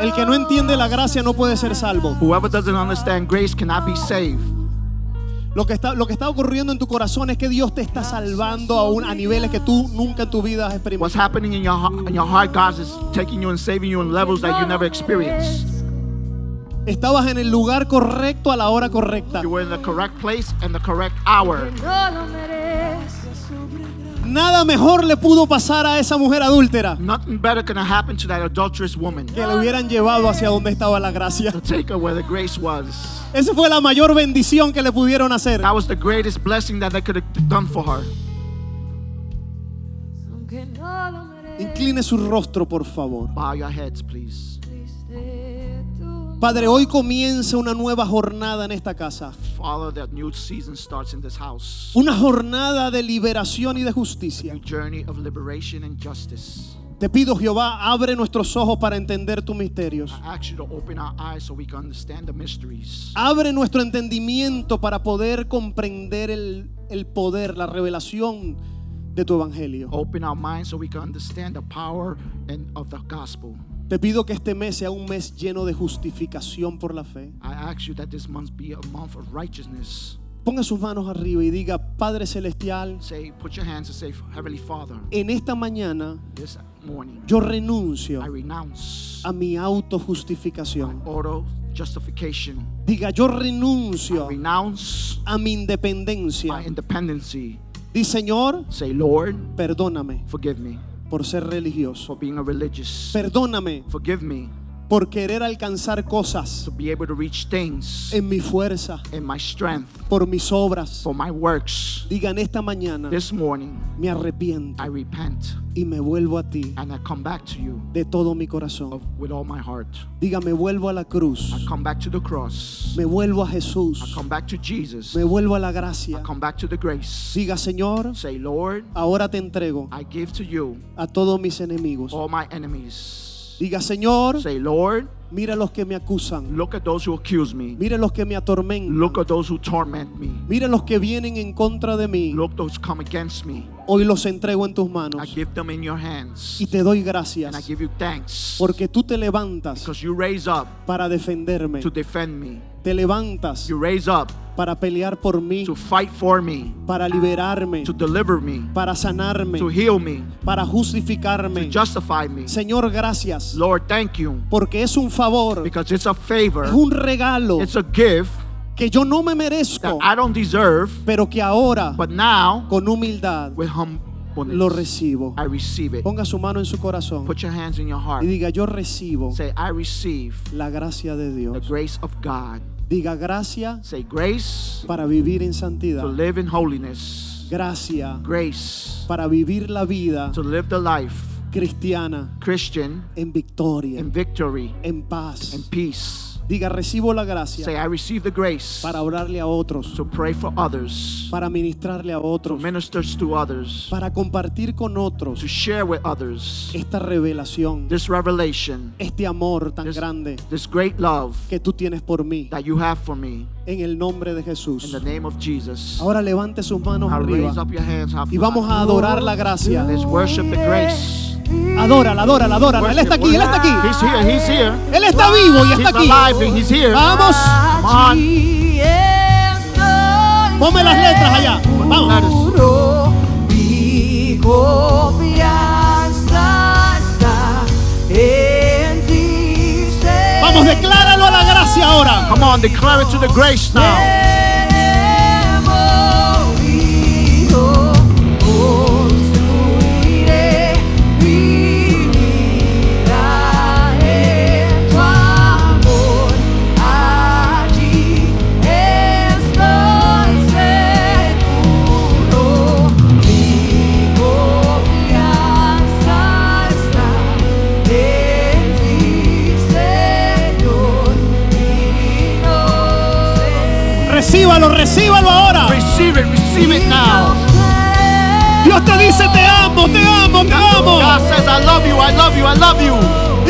El que no entiende la gracia no puede ser salvo.
Whoever doesn't understand grace cannot be saved.
Lo que, está, lo que está ocurriendo en tu corazón es que Dios te está salvando a, un- a niveles que tú nunca en tu vida has experimentado.
What's happening in your heart, in your heart, God is taking you and saving you in levels that you never experienced.
Estabas en el lugar correcto a la hora correcta.
You were in the correct place and the correct hour.
No lo mereces sobre gracia.
Nada mejor le pudo pasar a esa mujer adúltera
Nothing better can happen to that adulterous woman.
que le hubieran llevado hacia donde estaba la gracia.
To take her where the grace was.
Esa fue la mayor bendición que le pudieron hacer.
That was the greatest blessing that they could have done for her.
aunque no lo merezca.
Incline su rostro, por favor.
Bow your heads, please.
Diste tu
Padre, hoy comienza una nueva jornada en esta casa.
Father, that new season starts in this house.
Una jornada de liberación y de
New
justicia.
journey of liberation and justice.
Te pido, Jehová, abre nuestros ojos para entender tus misterios.
I ask you to open our eyes so we can understand the mysteries.
Abre nuestro entendimiento para poder comprender el, el poder, la revelación de tu evangelio.
Open our minds so we can understand the power and of the gospel.
Te pido que este mes sea un mes lleno de justificación por la fe.
I ask you that this month be a month of righteousness.
Ponga sus manos arriba y diga, Padre Celestial,
Say, put your hands and say, Heavenly Father,
en esta mañana
this morning
yo renuncio
I renounce
a mi autojustificación.
auto justification.
Diga, yo
I
renuncio
renounce
a mi
my
independencia.
independency.
Di, Señor,
Say, Lord,
perdóname
forgive me
por ser religioso.
for being a religious.
Perdóname
Forgive me
por querer alcanzar cosas
to be able to reach things
en mi fuerza,
in my strength,
por mis obras.
for my works.
Digan esta mañana,
This morning
me arrepiento
I repent
y me vuelvo a ti
and I come back to you
de todo mi corazón.
of- with all my heart.
Diga, me vuelvo a la cruz.
I come back to the cross.
Me vuelvo a
I
Jesús.
come back to Jesus.
Me vuelvo a la
I
gracia.
come back to the grace.
Diga, Señor,
Say, Lord,
ahora te entrego
I give to you
a todos mis enemigos.
all my enemies.
Diga, Señor,
Say, Lord,
mira los que me acusan.
look at those who accuse me.
Mira los que me atormentan.
Look at those who torment me.
Mira los que vienen en contra de mí.
Look those who come against me.
Hoy los entrego en tus
I
manos.
give them in your hands.
Y te doy
And I
gracias
give you thanks.
porque tú te levantas
Because you raise up
para defenderme.
to defend me.
Te levantas
You raise up
para pelear por mí,
to fight for me,
para liberarme,
to deliver me,
para sanarme,
to heal me,
para
to
justificarme.
justify me.
Señor, gracias
Lord, thank you.
porque es un favor,
Because it's a
es
favor,
un regalo
it's a gift
que yo no me
that
merezco,
I don't deserve.
pero que ahora
But now,
con humildad
with
lo
humbleness,
recibo.
I receive it.
Ponga su mano en su corazón
Put your hands in your heart.
y diga, yo recibo
Say, I receive
la gracia de
the
Dios.
grace of God.
Diga gracia
Say, grace
para vivir en
to
santidad.
live in holiness.
Gracia
Grace
para vivir la vida
to live the life
cristiana
Christian
en victoria,
in victory
en paz.
and peace.
Diga, recibo la
Say,
gracia
I receive the grace
para orarle a otros,
to pray for others,
para ministrarle a
to
otros,
minister to others,
para Eh. compartir con otros
to share with others
esta revelación,
this revelation,
este amor tan
this,
grande
this great love
que tú tienes por mí,
that you have for me.
en el nombre de
In
Jesús.
the name of Jesus.
Ahora levante sus manos
Now raise
arriba
up your hands. Have
y vamos a adorar la gracia.
Let's worship the grace.
Adórala, adórala, adórala. Él
Worship,
está aquí, él está
worship.
aquí.
He's here, he's here.
Él está vivo y
Pues He's
está aquí.
alive and he's here.
Vamos.
Come on.
Allí estoy
Ponme las letras allá. Vamos.
Let us-
seguro, Mi confianza está en ti, Señor.
Vamos, decláralo a la gracia ahora.
Come on, declare it to the grace now.
He movido, construiré mi vida en tu amor. Allí estoy seguro, mi confianza está en ti, Señor, y no sé.
Recíbalo, recíbalo ahora.
Receive it, receive it now.
Dios te dice, te amo, te amo, te
God
amo.
says, I love you, I love you, I love you.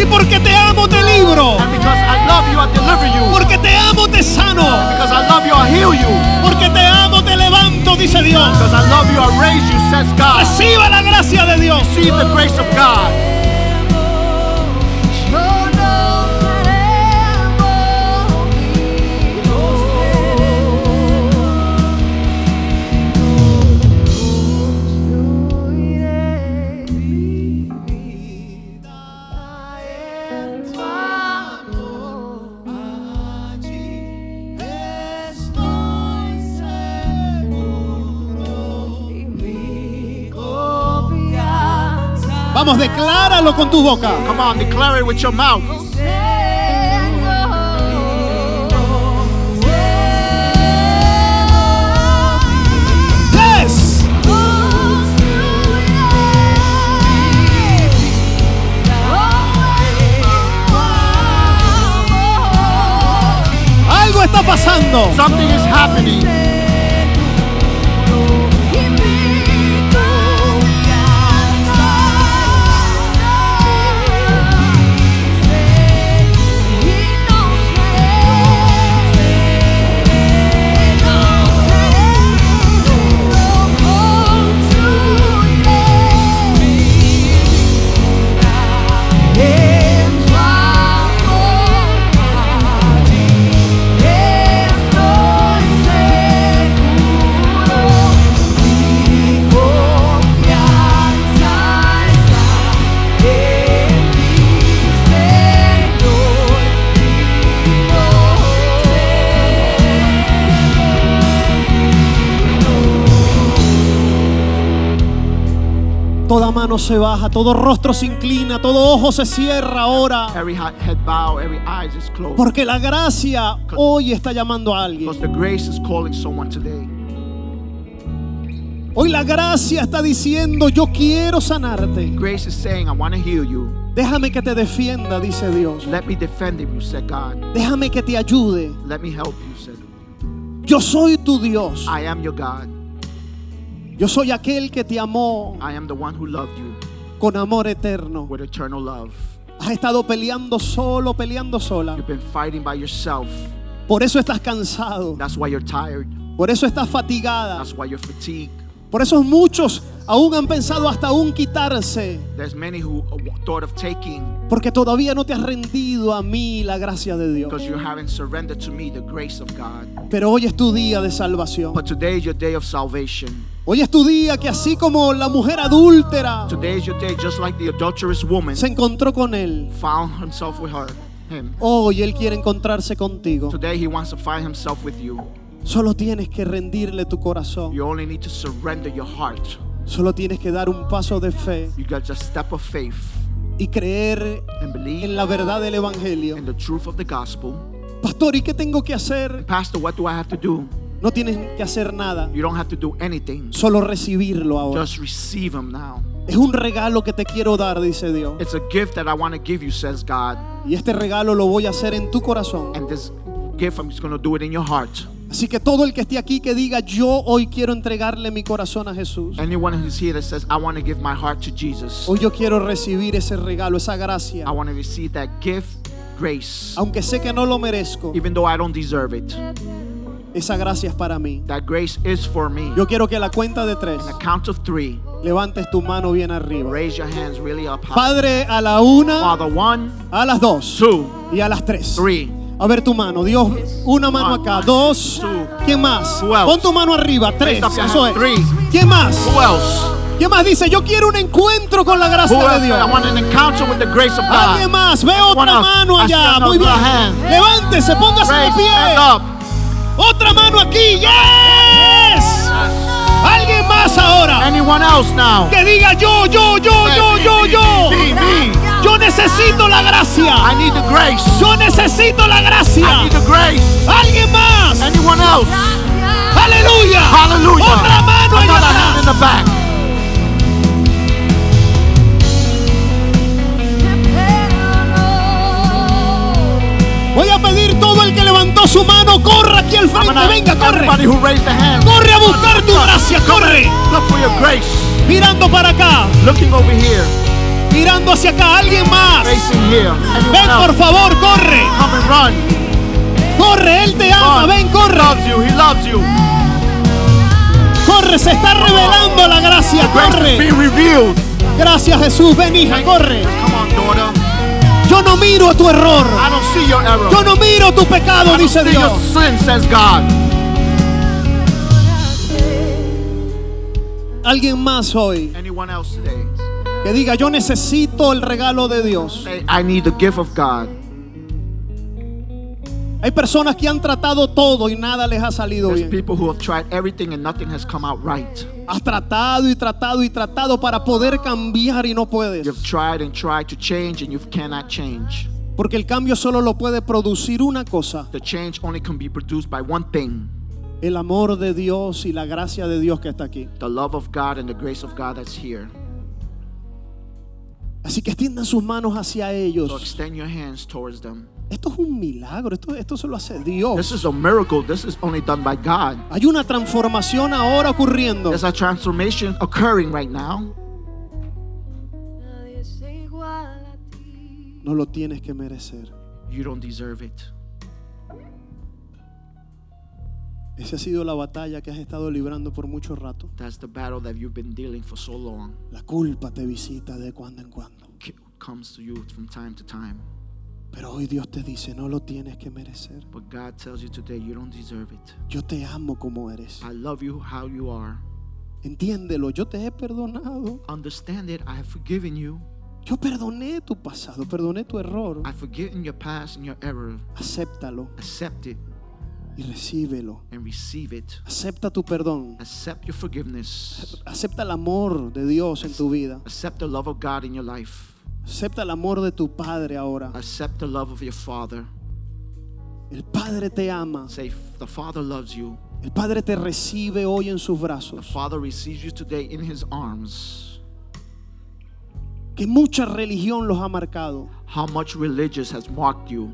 Y porque te amo, te libro.
And because I love you, I deliver you.
Porque te amo, te sano.
Because I love you, I heal you.
Porque te amo, te levanto, dice Dios.
Because I love you, I raise you, says God.
Reciba la gracia de Dios.
Receive the grace of God.
Yo no seré movido. Construiré mi vida en tu amor. Allí estoy seguro y mi confianza.
Vamos, decláralo con tu boca.
Come on, declare it with your mouth.
Yes.
Construiré
toda mano se baja, todo rostro se inclina, todo ojo se cierra ahora.
Every hi- head bow, every eyes is closed.
Porque la gracia hoy está llamando a alguien.
Because the grace is calling someone today.
Hoy la gracia está diciendo, yo quiero sanarte.
Grace is saying, I want to heal you.
Déjame que te defienda, dice Dios.
Let me defend you, said God.
Déjame que te ayude.
Let me help you, said
Yo soy tu Dios.
I am your God.
Yo soy aquel que te amó
I am the one who loved you
con amor eterno.
with eternal love.
Has estado peleando solo, peleando sola.
You've been fighting by yourself.
Por eso estás cansado.
That's why you're tired.
Por eso estás fatigada.
That's why you're fatigued.
Por eso muchos aún han pensado hasta aún quitarse.
There's many who uh, thought of taking
Porque todavía no te has rendido a mí la gracia de Dios.
because you haven't surrendered to me the grace of God.
Pero hoy es tu día de salvación.
But today is your day of salvation.
Hoy es tu día que así como la mujer adúltera
Today is your day, just like the adulterous woman
se encontró con Él,
found himself with her, him.
hoy Él quiere encontrarse contigo.
Today he wants to find himself with you.
Solo tienes que rendirle tu corazón.
You only need to surrender your heart.
Solo tienes que dar un paso de fe
You got just step of faith
y creer
and believe
en la verdad del Evangelio.
in the truth of the gospel.
Pastor, ¿y qué tengo que hacer?
Pastor, what do I have to do?
No tienes que hacer nada,
You don't have to do anything.
solo recibirlo ahora.
Just receive him now.
Es un regalo que te quiero dar, dice Dios.
It's a gift that I want to give you, says God.
Y este regalo lo voy a hacer en tu corazón.
And this gift, I'm just going to do it in your heart.
Así que todo el que esté aquí que diga, yo hoy quiero entregarle mi corazón a Jesús.
Anyone who's here that says, I want to give my heart to Jesus,
Hoy yo quiero recibir ese regalo, esa gracia.
I want to receive that gift, grace.
Aunque sé que no lo merezco,
Even though I don't deserve it,
esa gracia es para mí.
that grace is for me.
Yo quiero que a la cuenta de tres
Count of three.
levantes tu mano bien arriba.
Raise your hands really up high.
Padre, a la una,
Father, one,
a las dos
two,
y a las tres.
three.
A ver tu mano, Dios, una mano acá, dos, ¿quién más?
Who else?
Pon tu mano arriba, tres,
Raise up your
eso es.
hand. Three.
¿Quién más?
Who else?
¿Quién más dice? Yo quiero un encuentro con la
Who
gracia
else?
de Dios.
I want an encounter with the grace of God.
¿Alguien más? Ve otra
else?
mano
I
allá.
stand
Muy
up
bien.
your hand.
Levántese, póngase de
Raise,
pie.
stand up.
Otra mano aquí. Yes. Alguien más ahora.
Anyone else now?
Que diga yo, yo, yo, yo, yo, yo.
Me, me, me.
Yo necesito la gracia.
I need the grace.
Yo necesito la
I
gracia.
need the grace.
Alguien más.
Anyone else?
Aleluya.
Hallelujah.
Otra mano allá
Another hand in
atrás.
the back.
Voy a pedir todo el que levantó su mano, corra aquí al
I'm
frente.
gonna-
Venga, corre.
Everybody who raised their hand.
Corre a buscar tu gracia, corre.
Look for your grace.
Mirando para acá,
Looking over here.
mirando hacia acá. Alguien más.
Facing here.
Ven
Anyone
por
else?
favor, corre,
Come and run.
corre, Él te ama,
Run.
ven,
He
corre,
loves you. He loves you.
corre, se está revelando la gracia,
Grace is
corre.
being revealed.
Gracias Jesús, ven hija, corre.
Come on, daughter.
Yo no miro tu error,
I don't see your error.
yo no miro tu pecado,
I don't
dice
see your
Dios.
sin, says God.
Alguien más hoy
Anyone else today?
que diga, yo necesito el regalo de Dios.
Say, I need the gift of God.
Hay personas que han tratado todo y nada les ha salido
There's
bien.
people who have tried everything and nothing has come out right.
Has tratado y tratado y tratado para poder cambiar y no puedes.
You've tried and tried to change and you cannot change.
Porque el cambio solo lo puede producir una cosa,
The change only can be produced by one thing
el amor de Dios y la gracia de Dios que está aquí.
the love of God and the grace of God that's here.
Así que extiendan sus manos hacia
So
ellos.
extend your hands towards them.
Esto es un milagro, esto, esto se lo hace Dios.
This is a miracle. This is only done by God.
Hay una transformación ahora ocurriendo.
There's a transformation occurring right now.
No lo tienes que merecer.
You don't deserve it.
Esa ha sido la batalla que has estado librando por mucho rato.
That's the battle that you've been dealing for so long.
La culpa te visita de cuando en cuando.
It comes to you from time to time.
Pero hoy Dios te dice, no lo tienes que merecer.
But God tells you today you don't deserve it.
Yo te amo como eres.
I love you how you are.
Entiéndelo, yo te he perdonado.
Understand it. I have forgiven you.
Yo perdoné tu
Ah.
pasado, perdoné tu error.
I've forgiven your past and your error.
Acéptalo.
Accept it.
y recíbelo.
and receive it.
Acepta tu perdón.
Accept your forgiveness.
Acepta el amor de Dios en tu vida.
Accept the love of God in your life.
Acepta el amor de tu Padre ahora.
Accept the love of your Father.
El Padre te ama.
Say, The Father loves you.
El Padre te recibe hoy en sus
The
brazos.
Father receives you today in His arms.
Que mucha religión los ha marcado.
How much religious has marked you?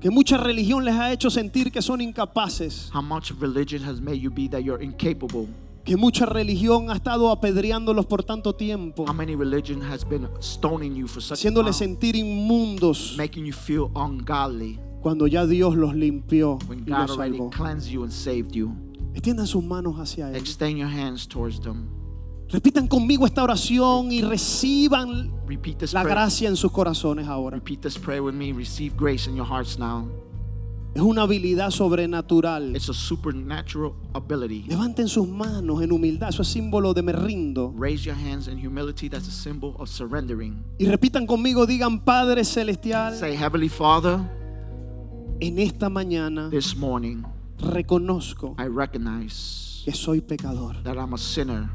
Que mucha religión les ha hecho sentir que son incapaces.
How much religion has made you be that you're incapable?
Que mucha religión ha estado apedreándolos por tanto tiempo.
How many religion has been stoning you for such a
Haciéndoles
time,
sentir inmundos
making you feel ungodly
cuando ya Dios los limpió
when
y
God
los
already
salvó.
cleansed you and saved you?
Extiendan sus manos hacia Él.
Extend your hands towards them.
Repitan conmigo esta oración y reciban
Repeat this
la
prayer.
gracia en sus corazones ahora.
Repeat this prayer with me. Receive grace in your hearts now.
Es una habilidad sobrenatural.
It's a supernatural ability.
Levanten sus manos en humildad, eso es símbolo de me rindo.
Raise your hands in humility. That's a symbol of surrendering.
Y repitan conmigo, digan Padre Celestial,
Say, Heavenly Father,
en esta mañana
this morning
reconozco
I recognize
que soy pecador,
that I'm a sinner.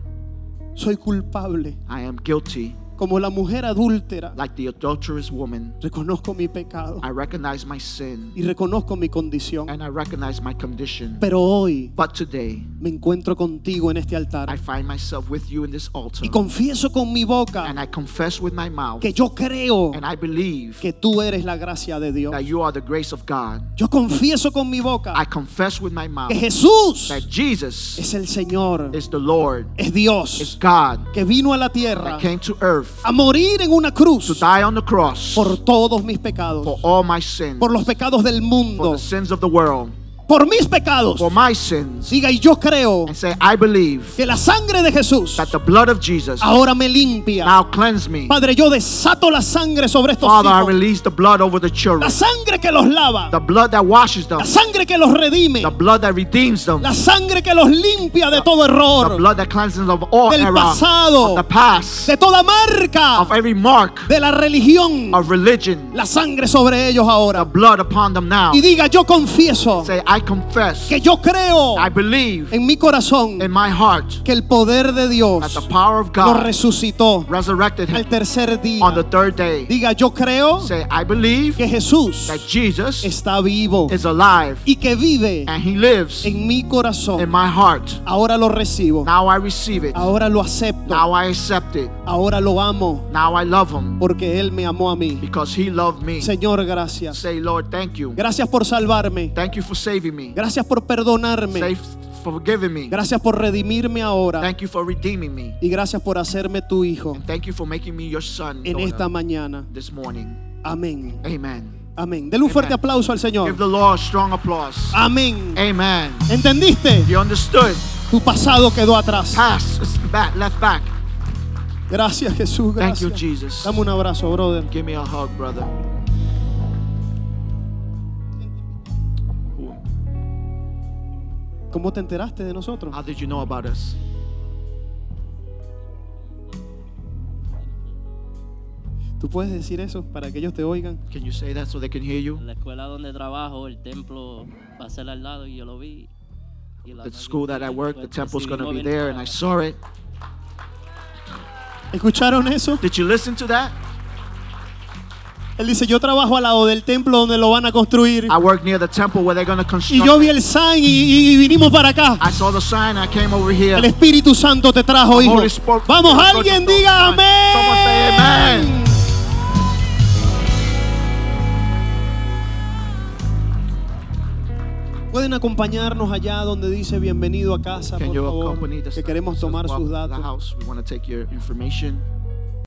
soy culpable,
I am guilty,
como la mujer adúltera,
like the adulterous woman.
reconozco mi pecado
I recognize my sin
y reconozco mi condición.
and I recognize my condition.
Pero hoy
But today,
me encuentro contigo en este
I
altar
find myself with you in this altar
y confieso con mi boca
and I confess with my mouth
que yo creo
and I believe
que tú eres la gracia de Dios.
that you are the grace of God.
Yo confieso con mi
I
boca
confess with my mouth
que Jesús
that Jesus
es el Señor,
is the Lord,
es
is
Dios,
God
que vino a la tierra
that came to earth
a morir en una
to
cruz
die on the cross
por todos mis pecados,
for all my sins,
por los pecados del
for
mundo,
the sins of the world,
por mis pecados.
for my sins.
Diga, y yo creo
And say, I believe
que la sangre de Jesús
that the blood of Jesus
ahora me limpia.
now cleanse me.
Padre, yo desato la sangre sobre estos
Father, I
hijos.
release the blood over the children.
La sangre que los lava,
The blood that washes them.
la sangre que los redime,
The blood that redeems them.
la sangre que los limpia de todo
The
error,
blood that cleanses them of all
del
error.
pasado,
The past.
de toda marca
Of every mark
de la religión,
of religion.
la sangre sobre ellos
The
ahora.
blood upon them now.
Y diga, yo confieso
Say, I confess.
que yo creo
I believe
en mi corazón
in my heart
que el poder de
that the
Dios
power of
lo
God
resucitó
resurrected
al
him
tercer día.
on the third day.
Diga, yo creo
Say, I believe
que Jesús
that Jesus
está vivo
is alive
y que vive
and he lives
en mi
in
corazón.
my heart.
Ahora lo recibo,
Now I receive it.
ahora lo acepto,
Now I accept it.
ahora lo amo
Now I love him
porque Él me amó a mí.
because he loved me.
Señor, gracias.
Say, Lord, thank you.
Gracias por salvarme.
Thank you for saving me.
Gracias por perdonarme.
Say, for forgiving me.
Gracias por redimirme ahora.
Thank you for redeeming me.
Y gracias por hacerme tu hijo
And thank you for making me your son
en
daughter,
esta mañana.
this morning.
Amén.
Amen.
Amén. Dele un fuerte
Amen.
aplauso al Señor.
Give the Lord a strong applause.
Ah. Amén.
Amen.
¿Entendiste?
You understood.
Tu pasado quedó atrás.
Pass is back, left back.
Gracias, Jesús.
Thank you,
Gracias.
Jesus.
Dame un abrazo, brother.
Give me a hug, brother. Who-
¿Cómo te enteraste de nosotros?
How did you know about us?
Tú puedes decir eso para que ellos te oigan.
Can you say that so they can hear you?
La escuela donde trabajo, el templo va a ser al lado y yo lo vi. Y la
The
noche
school that I
siguiente,
work, the
pues,
temple's gonna
decidimos
be
venir
there, and
para
I
acá.
saw it.
¿Escucharon eso?
Did you listen to that?
Él dice, yo trabajo al lado del templo donde lo van a construir.
I work near the temple where they're gonna
Y
construct.
yo vi
it.
el sign y, y- y vinimos para acá.
I saw the sign. I came over here.
El Espíritu Santo te trajo, hijo.
Holy Spirit-
Vamos, alguien
Holy Spirit-
diga
Someone say
amén.
amen.
Pueden acompañarnos allá donde dice bienvenido a casa,
Can
por
you
favor,
accompany the
que queremos
staff?
tomar
Welcome
sus
to The
datos.
house. We want to take your information.